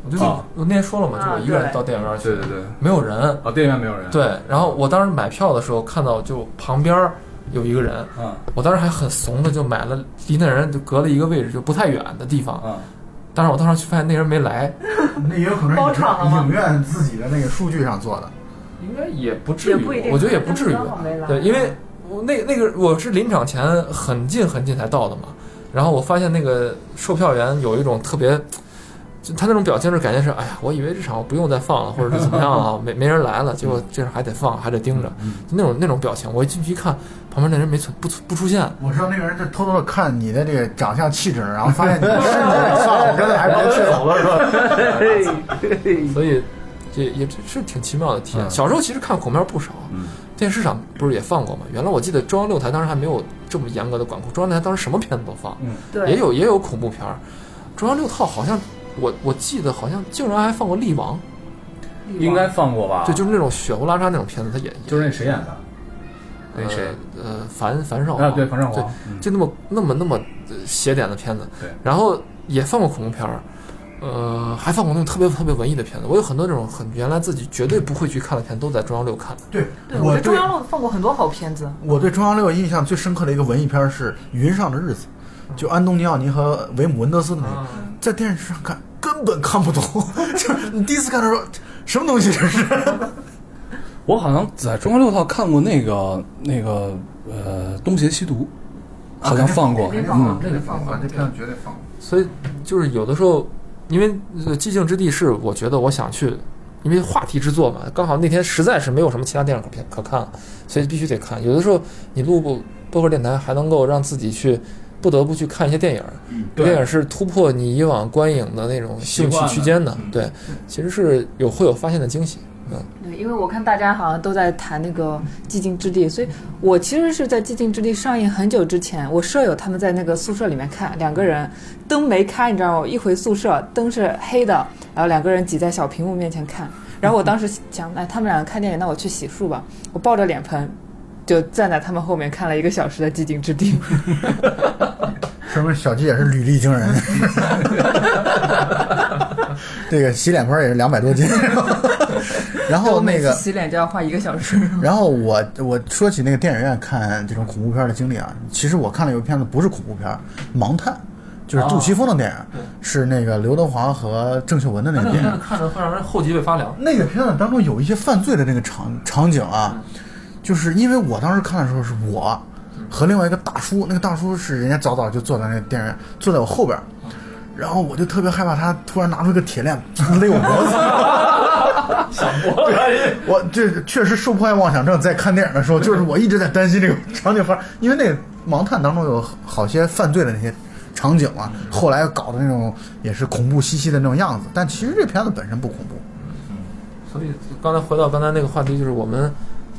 Speaker 3: 我就是
Speaker 1: 啊
Speaker 3: 我那天说了嘛，就
Speaker 2: 啊
Speaker 3: 我一个人
Speaker 2: 对
Speaker 3: 到电影院去
Speaker 5: 对，对对，
Speaker 3: 没有人。
Speaker 5: 哦，电影院没有人，
Speaker 3: 对，然后我当时买票的时候看到就旁边儿有一个人，
Speaker 1: 啊
Speaker 3: 我当时还很怂的就买了离那人就隔了一个位置就不太远的地方，
Speaker 1: 啊！
Speaker 3: 但是我当时去发现那人没来，
Speaker 4: 那也有可能
Speaker 2: 包场了吗
Speaker 4: 影院自己的那个数据上做的。
Speaker 3: 应该也不至
Speaker 2: 也不一
Speaker 3: 于，
Speaker 2: 定
Speaker 3: 我觉得也不至于
Speaker 2: 刚好没来，
Speaker 3: 对，因为我那那个我是临场前很近很近才到的嘛，然后我发现那个售票员有一种特别。就他那种表情是感觉是，哎呀，我以为这场我不用再放了，或者是怎么样 了，没没人来了，结果这场还得放，还得盯着，就那种那种表情。我一进去一看，旁边那人没存不存不出现，
Speaker 4: 我知道那个人就偷偷的看你的这个长相气质，然后发现 你算了，算了，我干脆还是别去了。
Speaker 3: 所以这也是挺奇妙的体验。小时候其实看恐怖片不少，啊
Speaker 1: 嗯
Speaker 3: 电视上不是也放过吗？原来我记得中央六台当时还没有这么严格的管控，中央六台当时什么片子都放，
Speaker 1: 嗯
Speaker 3: 也
Speaker 2: 对，
Speaker 3: 有也有恐怖片儿。中央六套好像我我记得好像竟然还放过《力王》，
Speaker 2: 力
Speaker 1: 应该放过吧？
Speaker 3: 对，就是那种血呼拉叉那种片子，它也
Speaker 1: 啊就是那谁演的？那谁？
Speaker 3: 呃，呃樊樊少
Speaker 1: 啊，
Speaker 3: 皇
Speaker 1: 对，冯绍
Speaker 3: 对
Speaker 1: 皇。嗯
Speaker 3: 就那么那么那么呃邪点的片子，
Speaker 1: 对
Speaker 3: 然后也放过恐怖片儿，呃，还放过那种特别特别文艺的片子。我有很多那种很原来自己绝对不会去看的片，都在中央六看的。
Speaker 4: 对，
Speaker 2: 对，我
Speaker 4: 我
Speaker 2: 在中
Speaker 4: 对
Speaker 2: 央路放过很多好片子，
Speaker 4: 我对中央六印象最深刻的一个文艺片是《云上的日子》，就安东尼奥尼和维姆文德斯的那个，
Speaker 2: 嗯
Speaker 4: 在电视上看根本看不懂， 就是你第一次看的时候，什么东西这是？
Speaker 1: 我好像在中央六套看过那个那个呃《东邪西毒》，
Speaker 4: 啊
Speaker 1: 好像放过。嗯，
Speaker 4: 这得 放过，这片子绝对放过。
Speaker 3: 所以就是有的时候，因为呃寂静之地是我觉得我想去，因为话题之作嘛，刚好那天实在是没有什么其他电影可片可看了，所以必须得看。有的时候你路过播客电台，还能够让自己去。不得不去看一些电影，
Speaker 1: 对
Speaker 3: 电影是突破你以往观影的那种
Speaker 1: 习
Speaker 3: 兴趣
Speaker 1: 惯的
Speaker 3: 区间的，
Speaker 1: 嗯
Speaker 3: 对，其实是有会有发现的惊喜，嗯。
Speaker 2: 对，因为我看大家好像都在谈那个《寂静之地》，所以我其实是在《寂静之地》上映很久之前，我舍友他们在那个宿舍里面看，两个人灯没开，你知道吗？我一回宿舍灯是黑的，然后两个人挤在小屏幕面前看，然后我当时想，哎，他们两个看电影，那我去洗漱吧，我抱着脸盆。就站在他们后面看了一个小时的《寂静之地》，
Speaker 4: 说明小鸡也是履历惊 人。这个洗脸盆儿也是两 百多斤，然
Speaker 2: 我
Speaker 4: 后
Speaker 2: 哦每
Speaker 4: 那
Speaker 2: 次
Speaker 4: 个，
Speaker 2: 洗脸就要花一个小 时。
Speaker 4: 然后我我说起那个电影院看这种恐怖片的经历啊，其实我看了有一片子不是恐怖片，《盲探》，
Speaker 2: 哦
Speaker 4: 就是杜琪峰的电影，是那个刘德华和郑秀文的 那个电影。
Speaker 3: 看着会让人后脊背发凉。
Speaker 4: 那个片子当中有一些犯罪的那个场场景啊，就是因为我当时看的时候是我和另外一个大叔，那个大叔是人家早早就坐在那个电影院，坐在我后边儿，然后我就特别害怕他突然拿出一个铁链勒我脖子。我这确实受迫害妄想症，在看电影的时候，就是我一直在担心这个 场景发生，因为那个《盲探》当中有好些犯罪的那些场景嘛、后来搞的那种也是恐怖兮兮的那种样子，但其实这片子本身不恐怖。
Speaker 3: 所以刚才回到刚才那个话题，就是我们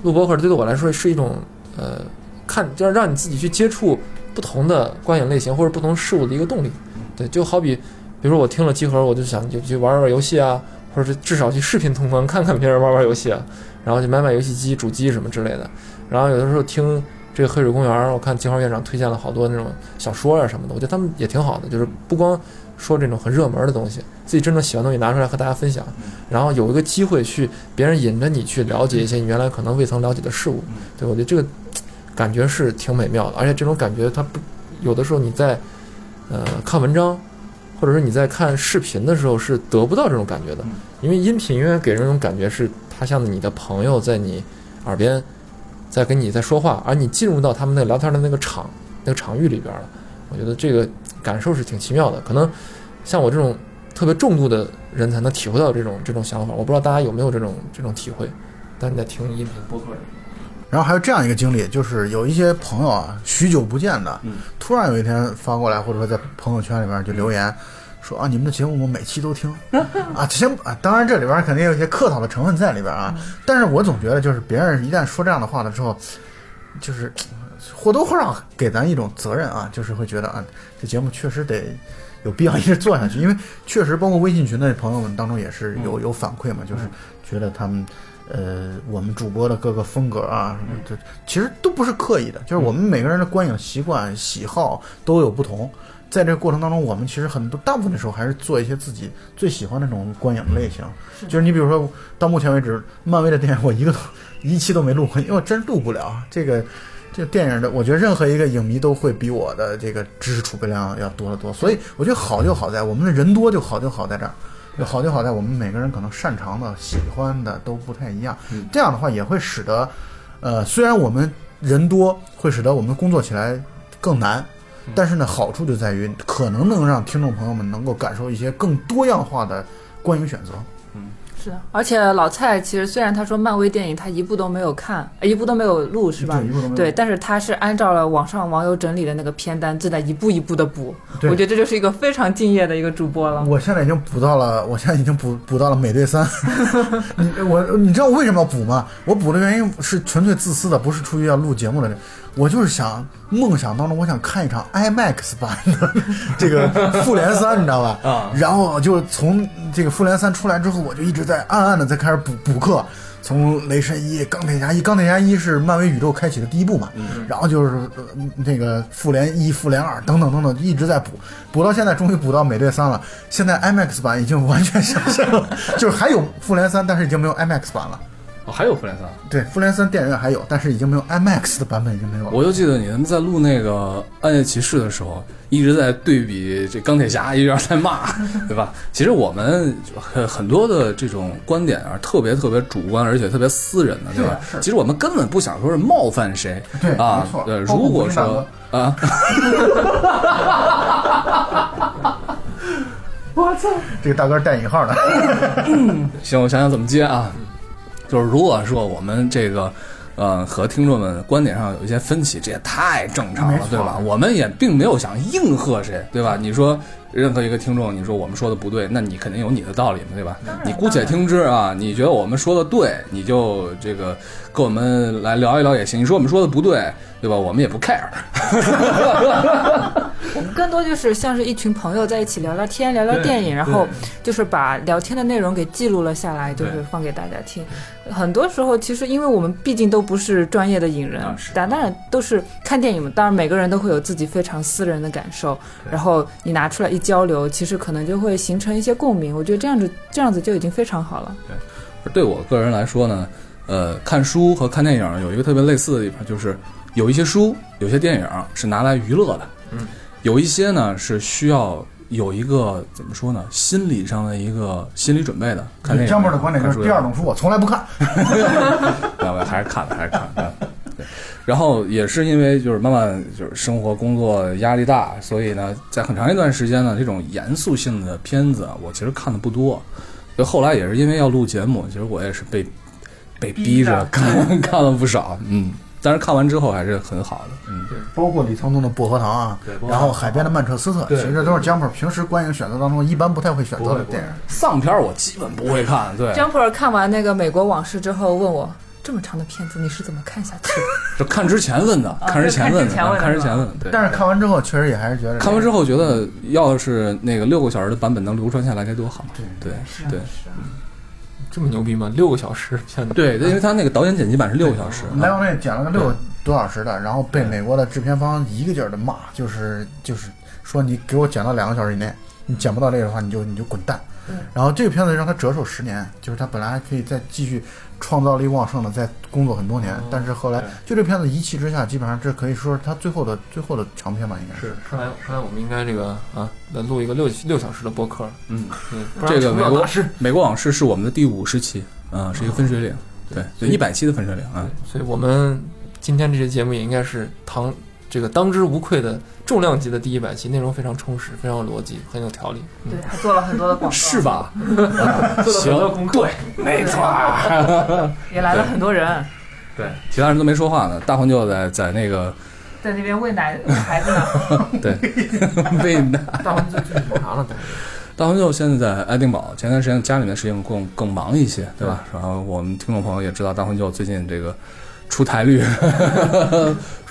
Speaker 3: 录播客对我来说是一种呃，看就是让你自己去接触不同的观影类型或者不同事物的一个动力。对，就好比比如说我听了集合，我就想就去玩玩游戏啊，或者是至少去视频通关，看看别人玩玩游戏啊，然后就买买游戏机、主机什么之类的。然后有的时候听这个黑水公园，我看金花院长推荐了好多那种小说啊什么的，我觉得他们也挺好的，就是不光说这种很热门的东西，自己真正喜欢的东西拿出来和大家分享，然后有一个机会去别人引着你去了解一些你原来可能未曾了解的事物，对我觉得这个嘖感觉是挺美妙的，而且这种感觉它不有的时候你在呃看文章。或者说你在看视频的时候是得不到这种感觉的，因为音频永远给人一种感觉是它像你的朋友在你耳边在跟你在说话，而你进入到他们那个聊天的那个场那个场域里边了。我觉得这个感受是挺奇妙的，可能像我这种特别重度的人才能体会到这种这种想法。我不知道大家有没有这种这种体会，但你在听音频播客，
Speaker 4: 然后还有这样一个经历，就是有一些朋友啊，许久不见的，突然有一天发过来，或者说在朋友圈里面就留言。说啊，你们的节目我每期都听啊，先啊，当然这里边肯定有一些客套的成分在里边啊，但是我总觉得就是别人一旦说这样的话了之后，就是或多或少给咱一种责任啊，就是会觉得啊，这节目确实得有必要一直做下去，因为确实包括微信群的朋友们当中也是有有反馈嘛，就是觉得他们呃我们主播的各个风格啊，什么这其实都不是刻意的，就是我们每个人的观影习惯、喜好都有不同。在这个过程当中，我们其实很多大部分的时候还是做一些自己最喜欢的那种观影类型，就是你比如说到目前为止，漫威的电影我一个都一期都没录过，因为我真录不了啊这个。这电影的，我觉得任何一个影迷都会比我的这个知识储备量要多得多，所以我觉得好就好在我们的人多就好就好在这儿，就好就好在我们每个人可能擅长的、喜欢的都不太一样，这样的话也会使得，呃，虽然我们人多会使得我们工作起来更难，但是呢，好处就在于可能能让听众朋友们能够感受一些更多样化的观影选择。
Speaker 2: 是的，而且老蔡其实虽然他说漫威电影他一部都没有看，呃一部都没有录，是吧
Speaker 4: 对一部都没有？录
Speaker 2: 对，但是他是按照了网上网友整理的那个片单，正在一步一步的补。
Speaker 4: 对
Speaker 2: 我觉得这就是一个非常敬业的一个主播了。
Speaker 4: 我现在已经补到了，我现在已经补补到了美队三。 你我你知道我为什么要补吗？我补的原因是纯粹自私的，不是出于要录节目的。我就是想梦想当中，我想看一场 IMAX 版的这个《复联三》，你知道吧？
Speaker 1: 啊
Speaker 4: 然后就从这个《复联三》出来之后，我就一直在暗暗的在开始补补课。从雷神一、钢铁侠一，钢铁侠一是漫威宇宙开启的第一部嘛，然后就是呃那个复联一、复联二等等等等，一直在补，补到现在终于补到美队三了。现在 IMAX 版已经完全想象了， 就是还有复联三，但是已经没有 IMAX 版了。
Speaker 1: 哦，还有复联三，
Speaker 4: 对，复联三电影院还有，但是已经没有 IMAX 的版本已经没有了。
Speaker 1: 我就记得你们在录那个《暗夜骑士》的时候，一直在对比这钢铁侠，一边在 骂，对吧？其实我们很很多的这种观点啊，特别特别主观，而且特别私人的，对吧？
Speaker 4: 是是
Speaker 1: 其实我们根本不想说是冒犯谁，
Speaker 4: 对
Speaker 1: 啊
Speaker 4: 没错，
Speaker 1: 对，
Speaker 4: 包括
Speaker 1: 如果
Speaker 4: 古力娜
Speaker 1: 说啊，
Speaker 4: 这个大哥带引号的，
Speaker 1: 行，我想想怎么接啊。就是如果说我们这个，呃，和听众们观点上有一些分歧，这也太正常
Speaker 4: 没
Speaker 1: 了
Speaker 4: 错，
Speaker 1: 对吧？我们也并没有想应和谁，对吧？你说任何一个听众，你说我们说的不对，那你肯定有你的道理嘛，对吧？你姑且听之啊，你觉得我们说的对，你就这个跟我们来聊一聊也行。你说我们说的不对，对吧？我们也不 care。
Speaker 2: 我们更多就是像是一群朋友在一起聊聊天、聊聊电影，然后就是把聊天的内容给记录了下来，就是放给大家听。很多时候，其实因为我们毕竟都不是专业的影人
Speaker 1: 啊是，
Speaker 2: 但当然都是看电影嘛，当然每个人都会有自己非常私人的感受，然后你拿出来一交流，其实可能就会形成一些共鸣。我觉得这样子这样子就已经非常好了。
Speaker 1: 而对我个人来说呢，呃，看书和看电影有一个特别类似的地方，就是有一些书、有些电影是拿来娱乐的，嗯，有一些呢是需要有一个怎么说呢，心理上的一个心理准备的。看 电影，
Speaker 4: 江本的观点就
Speaker 1: 看
Speaker 4: 是
Speaker 1: 书
Speaker 4: 第
Speaker 1: 也好
Speaker 4: 二种书我从来不看。
Speaker 1: 没有，没有还是看了，还是看了。嗯对，然后也是因为就是慢慢就是生活工作压力大，所以呢，在很长一段时间呢，这种严肃性的片子啊我其实看的不多。就后来也是因为要录节目，其实我也是被被逼着看看了不少，嗯，但是看完之后还是很好的，嗯，
Speaker 4: 包括李沧东的《薄荷糖》啊，然后海边的曼彻斯特，其
Speaker 1: 对
Speaker 4: 实这都是江本平时观影选择当中一般不太会选择的电影。
Speaker 1: 丧片儿我基本不会看，对，
Speaker 2: 江普尔看完那个《美国往事》之后问我。这么长的片子你是怎么看下去的？
Speaker 1: 就看之前问的，看之前问的，啊看之前问的，对。
Speaker 4: 但是看完之后，确实也还是觉得
Speaker 1: 看完之后觉得，要是那个六个小时的版本能流传下来该多好，对对
Speaker 3: 这么牛逼吗？六个小时片子，
Speaker 1: 对，因为他那个导演剪辑版是六个小时，
Speaker 4: 莱昂内剪了个六个多小时的，然后被美国的制片方一个劲儿的骂，就是就是说你给我剪到两个小时以内，你剪不到这个的话，你就你就滚蛋。然后这个片子让他折寿十年，就是他本来还可以再继续创造力旺盛的再工作很多
Speaker 1: 哦
Speaker 4: 年，但是后来就这片子一气之下，基本上这可以说是他最后的最后的长片吧，应该是。
Speaker 3: 看来看来我们应该这个啊，来录一个六六小时的播客，
Speaker 1: 嗯，
Speaker 3: 嗯，
Speaker 1: 这个美国
Speaker 3: 是。
Speaker 1: 美国往事是我们的第五十期，啊，是一个分水岭，对，对，一百期的分水岭啊，
Speaker 3: 所以我们今天这期节目也应该是堂这个当之无愧的重量级的第一百期，内容非常充实，非常有逻辑，很有条理。嗯、
Speaker 2: 对，还做了很多的广告，
Speaker 1: 是吧？行，对，没错。
Speaker 2: 也来了很多人，
Speaker 1: 其他人都没说话呢，大黄就在在那个
Speaker 2: 在那边喂奶孩 子呢。
Speaker 1: 对喂奶。
Speaker 3: 大黄就去补偿了，但是
Speaker 1: 大黄就现在在爱丁堡，前段时间家里面的事情更更忙一些，对吧？然后我们听众朋友也知道，大黄就最近这个出台率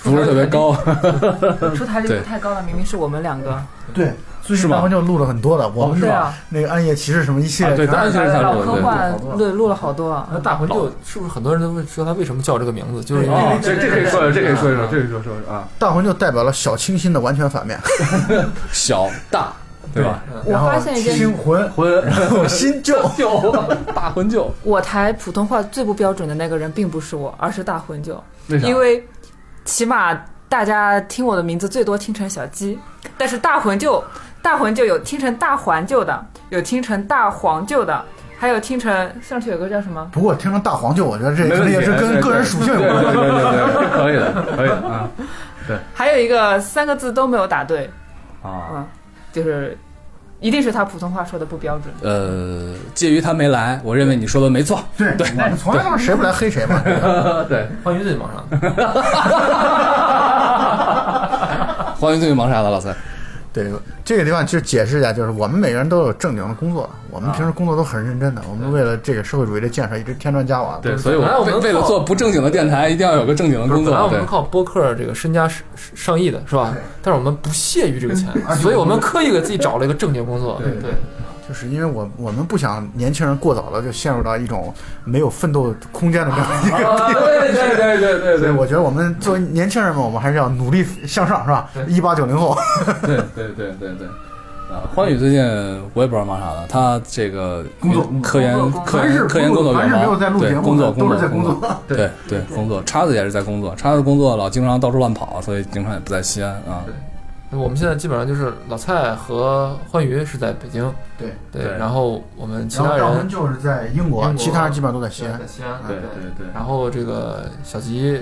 Speaker 1: 不是特别高，
Speaker 5: 哦
Speaker 2: 出台率
Speaker 1: 对
Speaker 2: 不太高了，明明是我们两个。
Speaker 4: 对，最
Speaker 1: 是
Speaker 4: 近
Speaker 1: 吗
Speaker 4: 大黄就录了很多的，
Speaker 1: 哦
Speaker 4: 我们是
Speaker 2: 对
Speaker 4: 吧？
Speaker 2: 啊，
Speaker 4: 那个暗夜骑士什么一系列
Speaker 1: 啊对
Speaker 4: 全是，
Speaker 1: 当然是他
Speaker 2: 老
Speaker 1: 录
Speaker 2: 科
Speaker 1: 的
Speaker 2: 幻对录了好多啊。
Speaker 3: 那大黄就是不是很多人都问说他为什么叫这个名字，就是因为
Speaker 1: 啊
Speaker 5: 哦，这这可以说一说，这可以说一说，这可以说一说啊。
Speaker 4: 大黄就代表了小清新的完全反面，
Speaker 1: 小大对吧？
Speaker 2: 我发现一件，
Speaker 4: 清 魂，
Speaker 1: 婚
Speaker 4: 然后新旧，
Speaker 1: 旧 大婚旧，
Speaker 2: 我台普通话最不标准的那个人并不是我，而是大混酒，
Speaker 1: 为啥？
Speaker 2: 因为起码大家听我的名字最多听成小鸡，但是大混舅，大混舅有听成大环舅的，有听成大黄舅的，还有听成上去有个叫什么？
Speaker 4: 不过听成大黄就，我觉得这
Speaker 1: 没问
Speaker 4: 这
Speaker 1: 题哎
Speaker 4: 也是跟个人属性有
Speaker 1: 对对对
Speaker 4: 关
Speaker 1: 对对，可以的，可以的啊
Speaker 2: 还有一个三个字都没有答对，
Speaker 1: 啊。
Speaker 2: 嗯，就是一定是他普通话说的不标准。
Speaker 1: 呃，介于他没来，我认为你说的没错。
Speaker 4: 对对，我们从来都是谁不来黑 谁嘛。
Speaker 1: 啊对，
Speaker 3: 欢愉最近网上，
Speaker 1: 欢迎最近忙啥了，老三？
Speaker 4: 对这个地方就解释一下，就是我们每个人都有正经的工作，我们平时工作都很认真
Speaker 1: 啊
Speaker 4: 的，我们为了这个社会主义的建设一直添砖加瓦。
Speaker 5: 对，所以
Speaker 3: 本来
Speaker 5: 我
Speaker 3: 我们
Speaker 1: 为为了
Speaker 3: 靠
Speaker 1: 做不正经的电台，一定要有个正经的
Speaker 3: 不是
Speaker 1: 工
Speaker 3: 本来
Speaker 1: 作。
Speaker 3: 我
Speaker 1: 对
Speaker 3: 们，靠播客这个身家是是上亿的是吧
Speaker 4: 对？
Speaker 3: 但是我们不屑于这个钱，
Speaker 4: 且
Speaker 3: 所以我们刻意给自己找了一个正经工作。
Speaker 5: 对
Speaker 3: 对，
Speaker 4: 就是因为我我们不想年轻人过早的就陷入到一种没有奋斗空间的这样 一个。
Speaker 5: 啊，对对对对对
Speaker 4: 所以
Speaker 5: 对，
Speaker 4: 我觉得我们作为年轻人们，我们还是要努力向上，是吧？一八九零后，
Speaker 1: 对对对对对。啊，欢宇最近我也不知道忙啥了，他这个
Speaker 4: 工作工作
Speaker 1: 科研
Speaker 2: 工作
Speaker 1: 科
Speaker 4: 凡是
Speaker 1: 研科研
Speaker 4: 工
Speaker 1: 工作
Speaker 4: 作，
Speaker 1: 比
Speaker 4: 凡是
Speaker 1: 较
Speaker 4: 没有
Speaker 1: 忙，
Speaker 4: 在录节
Speaker 1: 对
Speaker 4: 目
Speaker 1: 工
Speaker 4: 的，
Speaker 1: 作
Speaker 4: 都
Speaker 1: 工
Speaker 4: 是在
Speaker 1: 作
Speaker 4: 工
Speaker 1: 工作，
Speaker 4: 作。
Speaker 1: 对对工作，叉子也是在工作，叉子工作老经常到处乱跑，所以经常也不在西安啊。
Speaker 3: 那我们现在基本上就是老蔡和欢愉是在北京，
Speaker 4: 对，
Speaker 3: 对，
Speaker 5: 对
Speaker 3: 然后我们其
Speaker 4: 然后
Speaker 3: 他
Speaker 4: 赵文
Speaker 3: 人
Speaker 4: 就是在英国
Speaker 3: 英，国
Speaker 4: 其他人基本上都在西
Speaker 3: 对
Speaker 4: 安
Speaker 3: 在。西安，
Speaker 5: 对对对
Speaker 3: 然后这个小吉，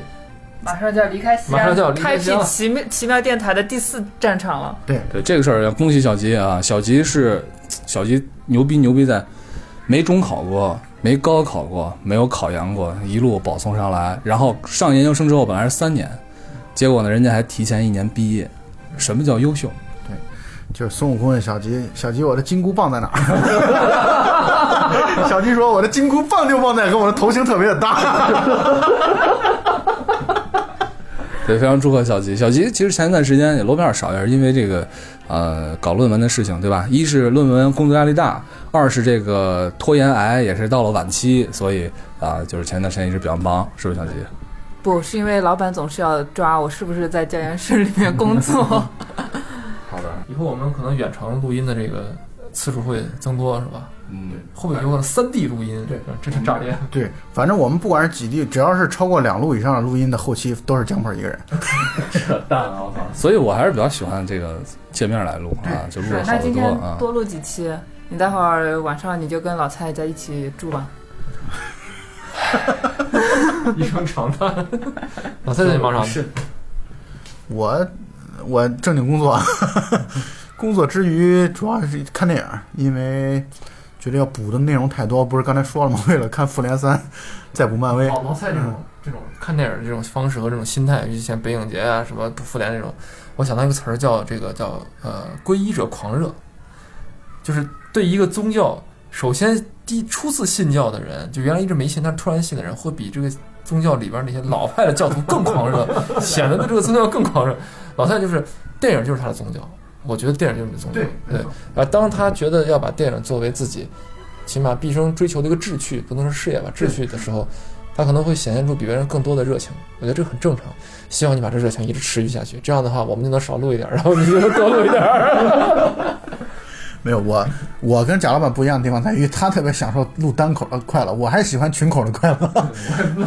Speaker 2: 马上就要离开西
Speaker 3: 马上
Speaker 2: 安
Speaker 3: 就要，离
Speaker 2: 开
Speaker 3: 开西安
Speaker 2: 辟奇妙奇妙电台的第四战场了。
Speaker 4: 对，
Speaker 1: 对这个事儿要恭喜小吉啊！小吉是小吉牛逼牛逼在，没中考过，没高考过，没有考研过，一路保送上来，然后上研究生之后本来是三年，结果呢人家还提前一年毕业。什么叫优秀？
Speaker 4: 就是孙悟空问小吉：“小吉，我的金箍棒在哪 儿？”小吉说：“我的金箍棒就棒在跟我的头型特别的 搭。
Speaker 1: 对，非常祝贺小吉。小吉其实前一段时间也露面少，也是因为这个，呃，搞论文的事情，对吧？一是论文工作压力大，二是这个拖延癌也是到了晚期，所以啊、就是前一段时间一直比较忙，是不是小吉？
Speaker 2: 不是因为老板总是要抓我是不是在教研室里面 工作，
Speaker 5: 好的，
Speaker 3: 以后我们可能远程录音的这个次数会增多，是吧？
Speaker 1: 嗯，
Speaker 3: 后面有可能三 D 录音，对，这是炸
Speaker 5: 嗯
Speaker 3: 裂。”
Speaker 4: 对，反正我们不管是几地，只要是超过两路以上的录音的后期，都是姜鹏一个人。
Speaker 5: 扯淡啊！我操，
Speaker 1: 所以我还是比较喜欢这个界面来录啊，就录
Speaker 2: 是
Speaker 1: 了好
Speaker 2: 那
Speaker 1: 得
Speaker 2: 今
Speaker 1: 多
Speaker 2: 天
Speaker 1: 啊。
Speaker 2: 多录几期，你待会儿晚上你就跟老蔡在一起住吧。
Speaker 3: 一声长叹。老蔡最近忙啥？
Speaker 5: 是
Speaker 4: 我我正经工作， 工作之余主要是看电影，因为觉得要补的内容太多，不是刚才说了吗？为了看《复联三》，再补漫威。
Speaker 3: 老老蔡这种这种看电影这种方式和这种心态，尤其像北影节啊、什么复联这种，我想到一个词儿叫这个叫呃皈依者狂热，就是对一个宗教，首先第一初次信教的人，就原来一直没信，但突然信的人，会比这个宗教里边那些老派的教徒更狂热，显得对这个宗教更狂热。老蔡就是电影就是他的宗教，我觉得电影就是你的宗教，对。而当他觉得要把电影作为自己起码毕生追求的一个志趣，不能说事业吧，志趣的时候，他可能会显现出比别人更多的热情。我觉得这个很正常。希望你把这热情一直持续下去，这样的话我们就能少录一点儿，然后你就能多录一点儿。
Speaker 4: 没有我，我跟贾老板不一样的地方在于，他特别享受录单口的快乐，我还喜欢群口的快 乐。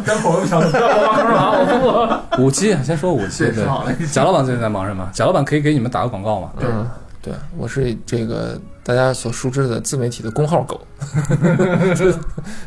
Speaker 5: 单口不想不要
Speaker 1: 五期啊先说五期，对。贾老板最近在忙什么？贾老板可以给你们打个广告嘛？
Speaker 3: 嗯，对，我是这个大家所熟知的自媒体的公号狗，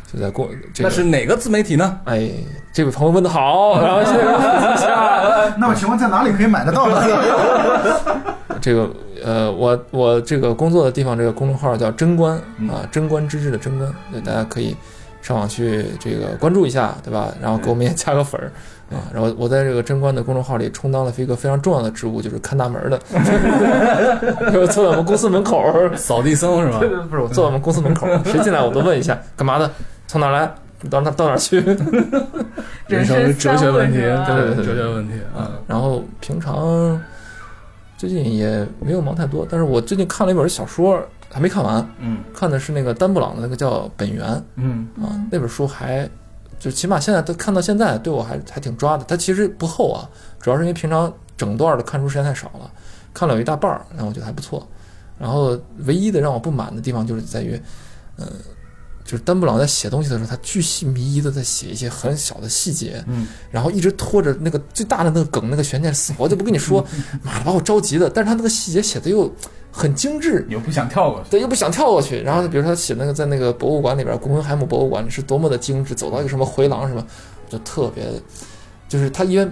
Speaker 3: 就在公这
Speaker 1: 那
Speaker 3: 个
Speaker 1: 是。哪个自媒体呢？
Speaker 3: 哎，这位朋友问的好，然后谢谢大家一下。
Speaker 4: 哎那么，请问在哪里可以买得到呢？
Speaker 3: 这个呃，我我这个工作的地方这个公众号叫“贞观”
Speaker 1: 嗯
Speaker 3: 啊，“贞观之治”的“贞观”，对，大家可以上网去这个关注一下，对吧？然后给我们也加个粉儿
Speaker 1: 嗯
Speaker 3: 啊。然后我在这个“贞观”的公众号里充当了一个非常重要的职务，就是看大门 儿的， 就是坐在我们公司门口儿，
Speaker 1: 扫地僧是吧？
Speaker 3: 不是我坐在我们公司门口儿，谁进来我都问一下干嘛的，从哪儿来，到哪到哪儿去。
Speaker 1: 人生哲学问题，
Speaker 2: 人生三
Speaker 1: 对
Speaker 3: 问是吧
Speaker 1: 哲学问题啊。
Speaker 3: 然后平常最近也没有忙太多，但是我最近看了一本小说，还没看完，
Speaker 1: 嗯
Speaker 3: 看的是那个丹布朗的那个叫《本源》
Speaker 1: 嗯
Speaker 3: 啊，那本书还就起码现在都看到现在对我还还挺抓的，它其实不厚啊，主要是因为平常整段的看书时间太少了，看了有一大半儿，然后我觉得还不错。然后唯一的让我不满的地方就是在于，呃，就是丹布朗在写东西的时候，他巨细靡遗的在写一些很小的细节，
Speaker 5: 嗯，
Speaker 3: 然后一直拖着那个最大的那个梗那个悬念，死活就不跟你说，妈的把我着急的。但是他那个细节写的又很精致，
Speaker 5: 你又不想跳过去，
Speaker 3: 对，又不想跳过去。然后比如说他写那个在那个博物馆里边，古根海姆博物馆里是多么的精致，走到一个什么回廊什么，就特别，就是他因为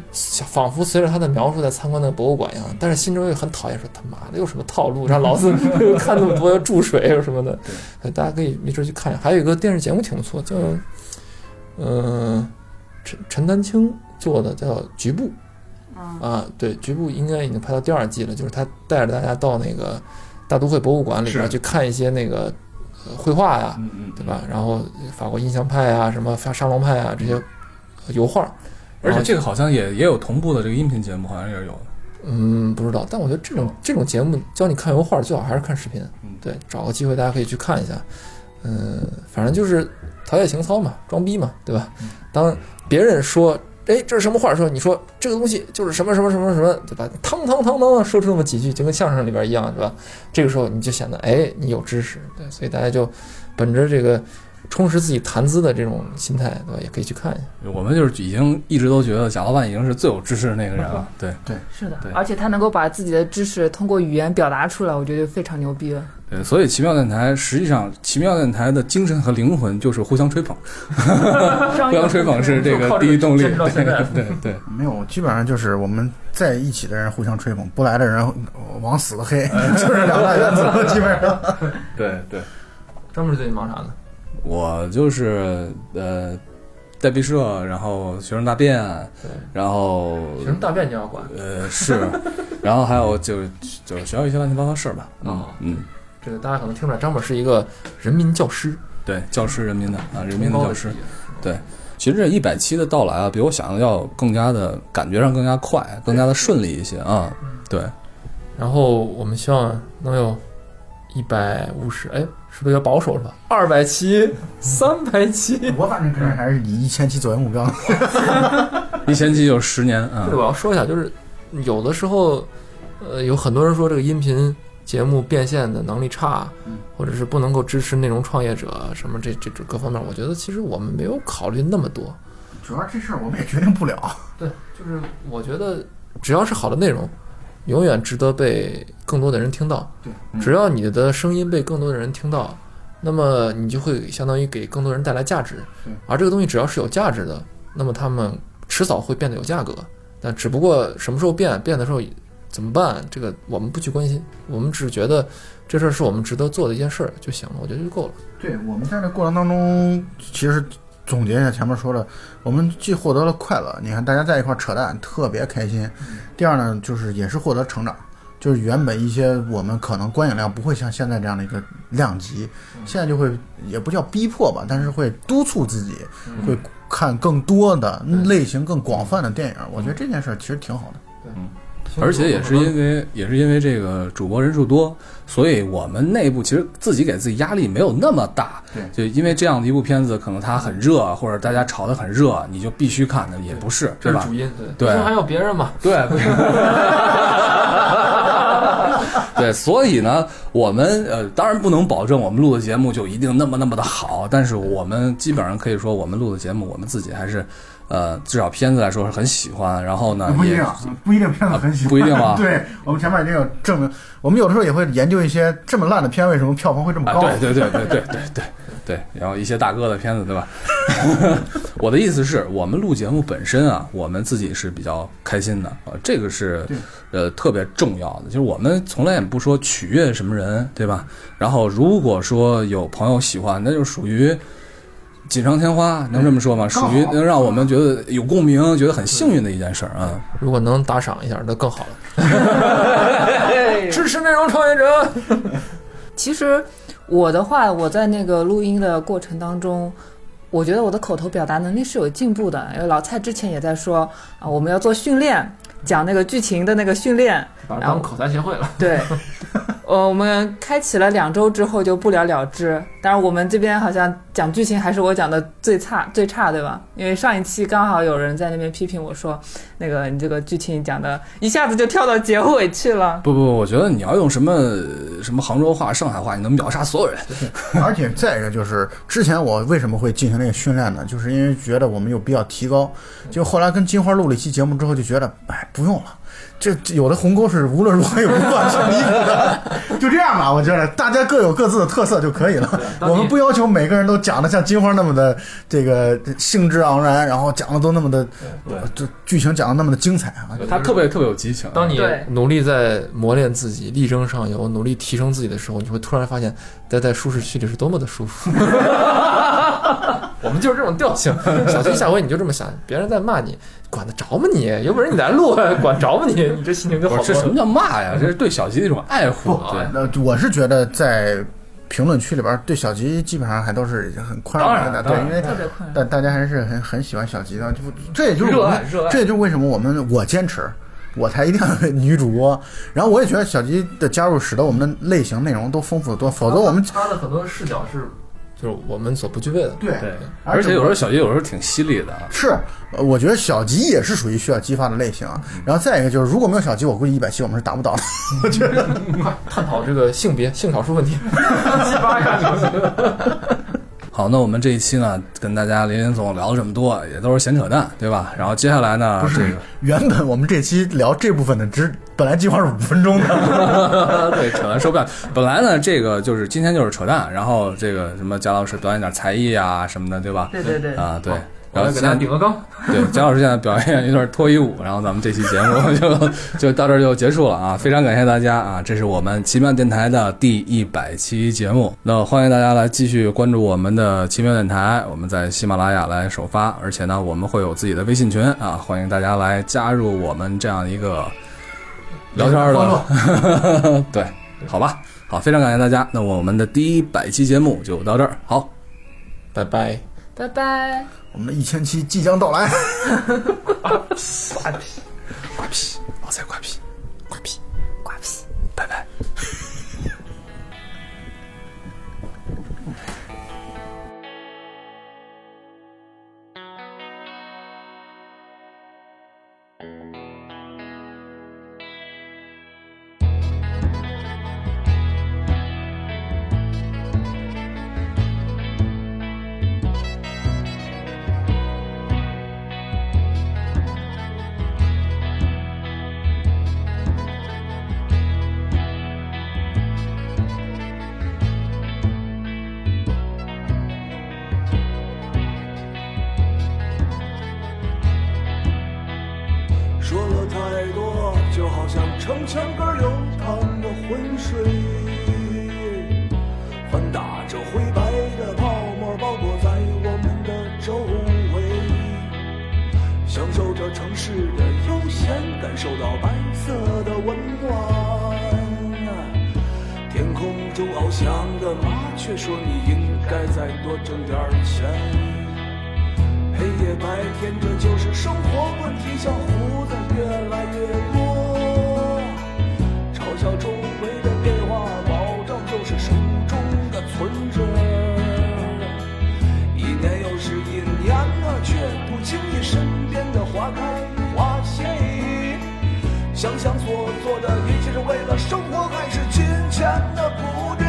Speaker 3: 仿佛随着他的描述在参观那个博物馆一样，但是心中又很讨厌说他妈的有什么套路，让老子 看那么多要注水啊什么的。对，大家可以没事去看一下。还有一个电视节目挺不错，叫嗯、呃陈陈丹青做的叫《局部》。
Speaker 2: 嗯
Speaker 3: 啊，对，局部应该已经拍到第二季了，就是他带着大家到那个大都会博物馆里边
Speaker 1: 是
Speaker 3: 去看一些那个呃绘画呀，
Speaker 1: 嗯嗯，
Speaker 3: 对吧？然后法国印象派啊，什么沙沙龙派啊这些油画，
Speaker 1: 而且这个好像也也有同步的这个音频节目，好像也是有的。
Speaker 3: 嗯，不知道，但我觉得这种这种节目教你看油画，最好还是看视频
Speaker 1: 嗯。
Speaker 3: 对，找个机会大家可以去看一下。嗯，反正就是陶冶情操嘛，装逼嘛，对吧？当别人说“哎，这是什么画”的时候，你说这个东西就是什么什么什么什么，对吧？汤汤汤汤说出那么几句，就跟相声里边一样，是吧？这个时候你就显得哎，你有知识，对，所以大家就本着这个充实自己谈资的这种心态，对吧？也可以去看一下。
Speaker 1: 我们就是已经一直都觉得贾老板已经是最有知识的那个人了。对
Speaker 2: 是的
Speaker 1: 对，
Speaker 2: 而且他能够把自己的知识通过语言表达出来，我觉得就非常牛 逼了。
Speaker 1: 对，所以奇妙电台实际上，奇妙电台的精神和灵魂就是互相吹捧，互相吹捧是这个第一动力。
Speaker 5: 就靠这个坚持到
Speaker 1: 对
Speaker 5: 现在
Speaker 1: 对对，
Speaker 4: 没有，基本上就是我们在一起的人互相吹捧，不来的人呃往死了黑， 就是两大原 则，基本上。
Speaker 1: 对对，
Speaker 3: 张志最近忙啥呢？
Speaker 1: 我就是呃，带毕设，然后学生大便，
Speaker 3: 对，
Speaker 1: 然后
Speaker 3: 学生大便就要管，
Speaker 1: 呃 是，然后还有就是就是学校一些乱七八糟事儿吧。嗯
Speaker 3: 哦
Speaker 1: 嗯，
Speaker 3: 这个大家可能听出来，张本是一个人民教师，
Speaker 1: 对，教师人民的啊，人民的
Speaker 3: 高
Speaker 1: 教
Speaker 3: 的
Speaker 1: 师
Speaker 3: 职。业
Speaker 1: 其实这一百期的到来啊，比我想的要更加的感觉上更加快，更加的顺利一些啊。 对，
Speaker 3: 然后我们希望能有一百五十，哎，是不是有点保守是吧？二百期、三百期，
Speaker 1: 嗯
Speaker 4: 我反正个人还是以一千期作为目标。
Speaker 1: 一千期就是十年啊
Speaker 3: 对，。我要说一下，就是有的时候，呃，有很多人说这个音频节目变现的能力差，
Speaker 1: 嗯
Speaker 3: 或者是不能够支持内容创业者啊什么这这这各方面，我觉得其实我们没有考虑那么多。
Speaker 4: 主要这事儿我们也决定不了。
Speaker 3: 对，就是我觉得只要是好的内容，永远值得被更多的人听到。
Speaker 4: 对，
Speaker 3: 只要你的声音被更多的人听到，那么你就会相当于给更多人带来价值
Speaker 4: 对。
Speaker 3: 而这个东西只要是有价值的，那么他们迟早会变得有价格。但只不过什么时候变，变的时候怎么办，这个我们不去关心，我们只觉得这事儿是我们值得做的一件事儿就行了，我觉得就够了。
Speaker 4: 对，我们在这过程当中，其实总结一下前面说的，我们既获得了快乐，你看大家在一块儿扯淡，特别开心；第二呢，就是也是获得成长，就是原本一些我们可能观影量不会像现在这样的一个量级，现在就会也不叫逼迫吧，但是会督促自己会看更多的类型更广泛的电影。我觉得这件事儿其实挺好的。
Speaker 1: 而且也是因为也是因为这个主播人数多，所以我们内部其实自己给自己压力没有那么大。对，就因为这样的一部片子，可能它很热，或者大家炒得很热，你就必须看的，也不是，对
Speaker 3: 这是
Speaker 1: 吧
Speaker 3: 主？因，
Speaker 1: 对
Speaker 3: 不行还有别人嘛，
Speaker 1: 对，不是。 对，所以呢，我们呃，当然不能保证我们录的节目就一定那么那么的好，但是我们基本上可以说，我们录的节目，我们自己还是，呃，至少片子来说是很喜欢，然后呢，也
Speaker 4: 呃不一定片子很喜欢
Speaker 1: 不一定啊
Speaker 4: 对我们前面已经有证明，我们有的时候也会研究一些这么烂的片为什么票房会这么
Speaker 1: 啊，
Speaker 4: 高。
Speaker 1: 对对对对对对对对，然后一些大哥的片子，对吧？我的意思是我们录节目本身啊，我们自己是比较开心的，呃，这个是呃特别重要的。就是我们从来也不说取悦什么人，对吧？然后如果说有朋友喜欢，那就属于。锦上添花，能这么说吗？属于能让我们觉得有共鸣，觉得很幸运的一件事儿啊。
Speaker 3: 如果能打赏一下，那更好 了。支持内容创业者。
Speaker 2: 其实我的话，我在那个录音的过程当中，我觉得我的口头表达能力是有进步的。因为老蔡之前也在说啊，我们要做训练，讲那个剧情的那个训练，
Speaker 3: 把
Speaker 2: 然后
Speaker 3: 口才协会了，
Speaker 2: 对，呃，我们开启了两周之后就不了了之。当然，我们这边好像讲剧情还是我讲的最差最差，对吧？因为上一期刚好有人在那边批评我说，那个你这个剧情讲的一下子就跳到结尾去了。
Speaker 1: 不不不，我觉得你要用什么什么杭州话、上海话，你能秒杀所有人。
Speaker 4: 而且再一个就是，之前我为什么会进行那个训练呢？就是因为觉得我们有必要提高。就后来跟金花录了一期节目之后，就觉得哎，不用了。这这有的鸿沟是无论如何也无法去弥补的，就这样吧。我觉得大家各有各自的特色就可以了。
Speaker 3: 当你
Speaker 4: 我们不要求每个人都讲的像金花那么的这个兴致盎然，然后讲的都那么的，
Speaker 5: 对
Speaker 4: 这剧情讲的那么的精彩啊。
Speaker 1: 他特别特别有激情啊。
Speaker 3: 当你
Speaker 2: 对
Speaker 3: 努力在磨练自己、力争上游、努力提升自己的时候，你会突然发现，待在舒适区里是多么的舒服。 我们就是这种调性。 小区下回你就这么想，别人在骂你，管得着吗你？有本事你来录 啊，管着吗你？你这心情就好
Speaker 1: 不是
Speaker 3: 多
Speaker 1: 这什
Speaker 3: 了。
Speaker 1: 么叫骂呀？这是对小吉的一种爱护。
Speaker 3: 不
Speaker 1: 对，
Speaker 4: 那我是觉得在评论区里边对小吉基本上还都是很宽容的，
Speaker 5: 当
Speaker 4: 对，
Speaker 5: 然
Speaker 4: 因为
Speaker 2: 特别困扰。
Speaker 4: 但大家还是很很喜欢小吉的，就这也就是
Speaker 5: 嗯热
Speaker 4: 我
Speaker 5: 爱
Speaker 4: 们
Speaker 5: 热爱
Speaker 4: 这也就是为什么我们我坚持。我才一定要女主播，然后我也觉得小吉的加入使得我们的类型内容都丰富得多，否则我们
Speaker 3: 他的很多视角是，就是我们所不具备的。
Speaker 4: 啊对
Speaker 5: 对，
Speaker 1: 而且有时候小吉有时候挺犀利的啊。
Speaker 4: 是，呃我觉得小吉也是属于需要激发的类型啊。
Speaker 5: 嗯
Speaker 4: 然后再一个就是，如果没有小吉，我估计一百期我们是达不到的。
Speaker 3: 探讨这个性别性少数 问题，激发 一下你
Speaker 1: 好，那我们这一期呢，跟大家林林总聊了这么多，也都是闲扯淡，对吧？然后接下来呢，这个
Speaker 4: 原本我们这期聊这部分的只本来计划是五分钟的，
Speaker 1: 对，扯淡说不了。本来呢，这个就是今天就是扯淡，然后这个什么贾老师表演点才艺啊什么的，对吧？
Speaker 2: 对对对，
Speaker 1: 啊，对。
Speaker 3: 我
Speaker 1: 然后
Speaker 3: 来给大家
Speaker 1: 现
Speaker 3: 顶
Speaker 1: 在
Speaker 3: 个缸。
Speaker 1: 对贾老师现在表演一段脱衣舞，然后咱们这期节目 就就到这儿就结束了啊！非常感谢大家啊！这是我们奇妙电台的第一百期节目，那欢迎大家来继续关注我们的奇妙电台，我们在喜马拉雅来首发，而且呢，我们会有自己的微信群啊，欢迎大家来加入我们这样一个聊天
Speaker 3: 欢
Speaker 1: 的
Speaker 3: 乐。
Speaker 1: 对，好吧，好，非常感谢大家，那我们的第一百期节目就到这儿，好，
Speaker 3: 拜拜。
Speaker 2: 拜拜。
Speaker 4: 我们的一千期即将到来。
Speaker 1: 瓜皮，老蔡瓜皮，瓜皮，瓜皮，拜拜。
Speaker 6: 说了太多，就好像城墙根儿流淌的浑水，翻打着灰白的泡沫包裹在我们的周围，享受着城市的悠闲，感受到白色的温暖。天空中翱翔的麻雀说：“你应该再多挣点儿钱。”黑夜白天，这就是生活问题，像胡子越来越多。嘲笑周围的变化，保障就是手中的存折。一年又是一年啊，却不经意身边的花开花谢。想想所做的一切是为了生活还是金钱的不对？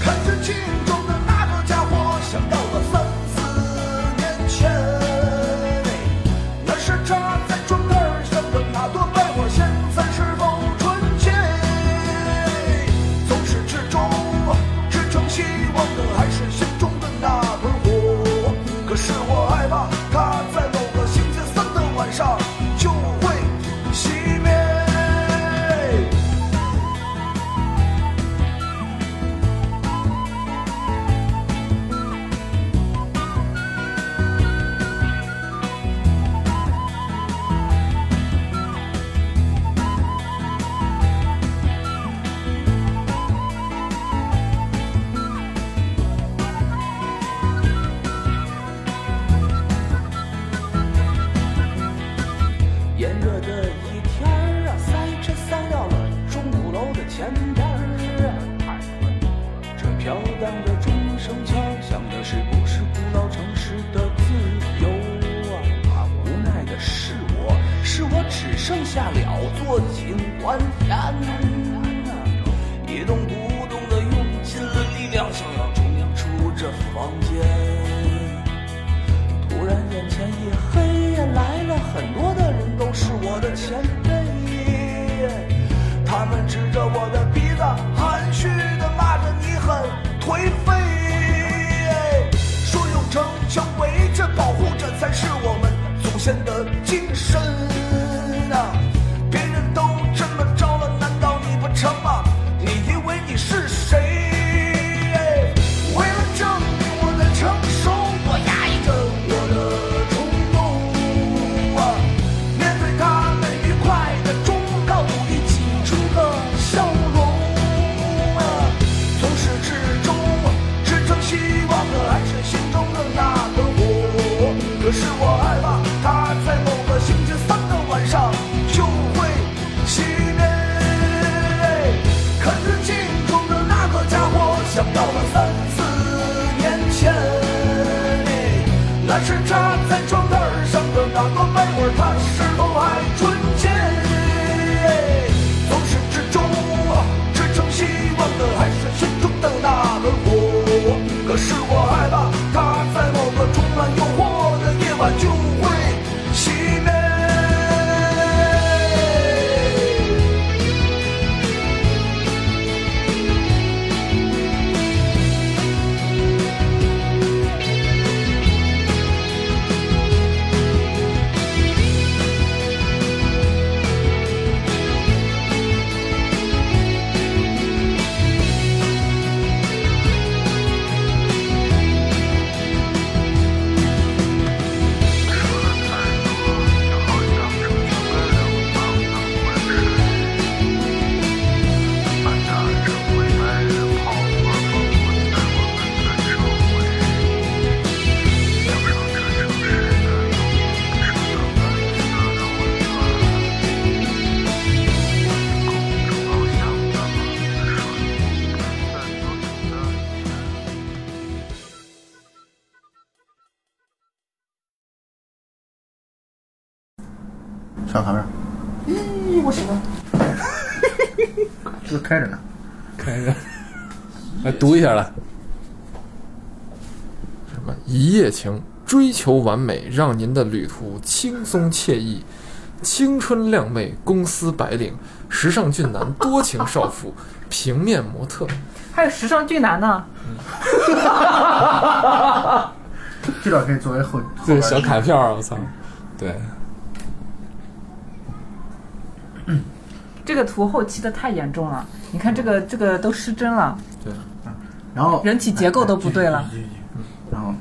Speaker 6: 看着镜中的那个家伙，想到了三四年前，那是插在窗台上的那朵白花，现在是否纯洁？从始至终，支撑希望的还是心中的那盆火。可是我害怕，它在某个星期三的晚上就会熄灭。炎热的一天儿啊，塞车塞到了钟鼓楼的前边儿啊，太困了。这飘荡的钟声敲响的是不是古老城市的自由啊？无奈的是我，是我只剩下了坐井观天啊，一动不动的用尽了力量，想要冲出这房间。突然眼前一黑，来了很多的人，都是我的前辈。他们指着我的鼻子，含蓄的骂着你很颓废，说用城墙围着保护着才是我们祖先的精神啊！别人都这么着了，难道你不成吗？你以为你是谁？为了证明我的。
Speaker 4: 看旁边，咦，我喜 欢，这开着呢。
Speaker 1: 开始，来读一下来。
Speaker 3: 什么一夜情，追求完美，让您的旅途轻松惬意。青春靓妹，公司白领，时尚俊男，多情少妇，平面模特，
Speaker 2: 还有时尚俊男呢，
Speaker 4: 这段可以作为后
Speaker 1: 这小卡片儿，我操！对，
Speaker 2: 这个图后期的太严重了，你看这个这个都失真了，
Speaker 3: 对，
Speaker 4: 嗯然后
Speaker 2: 人体结构都不对了。
Speaker 4: 然后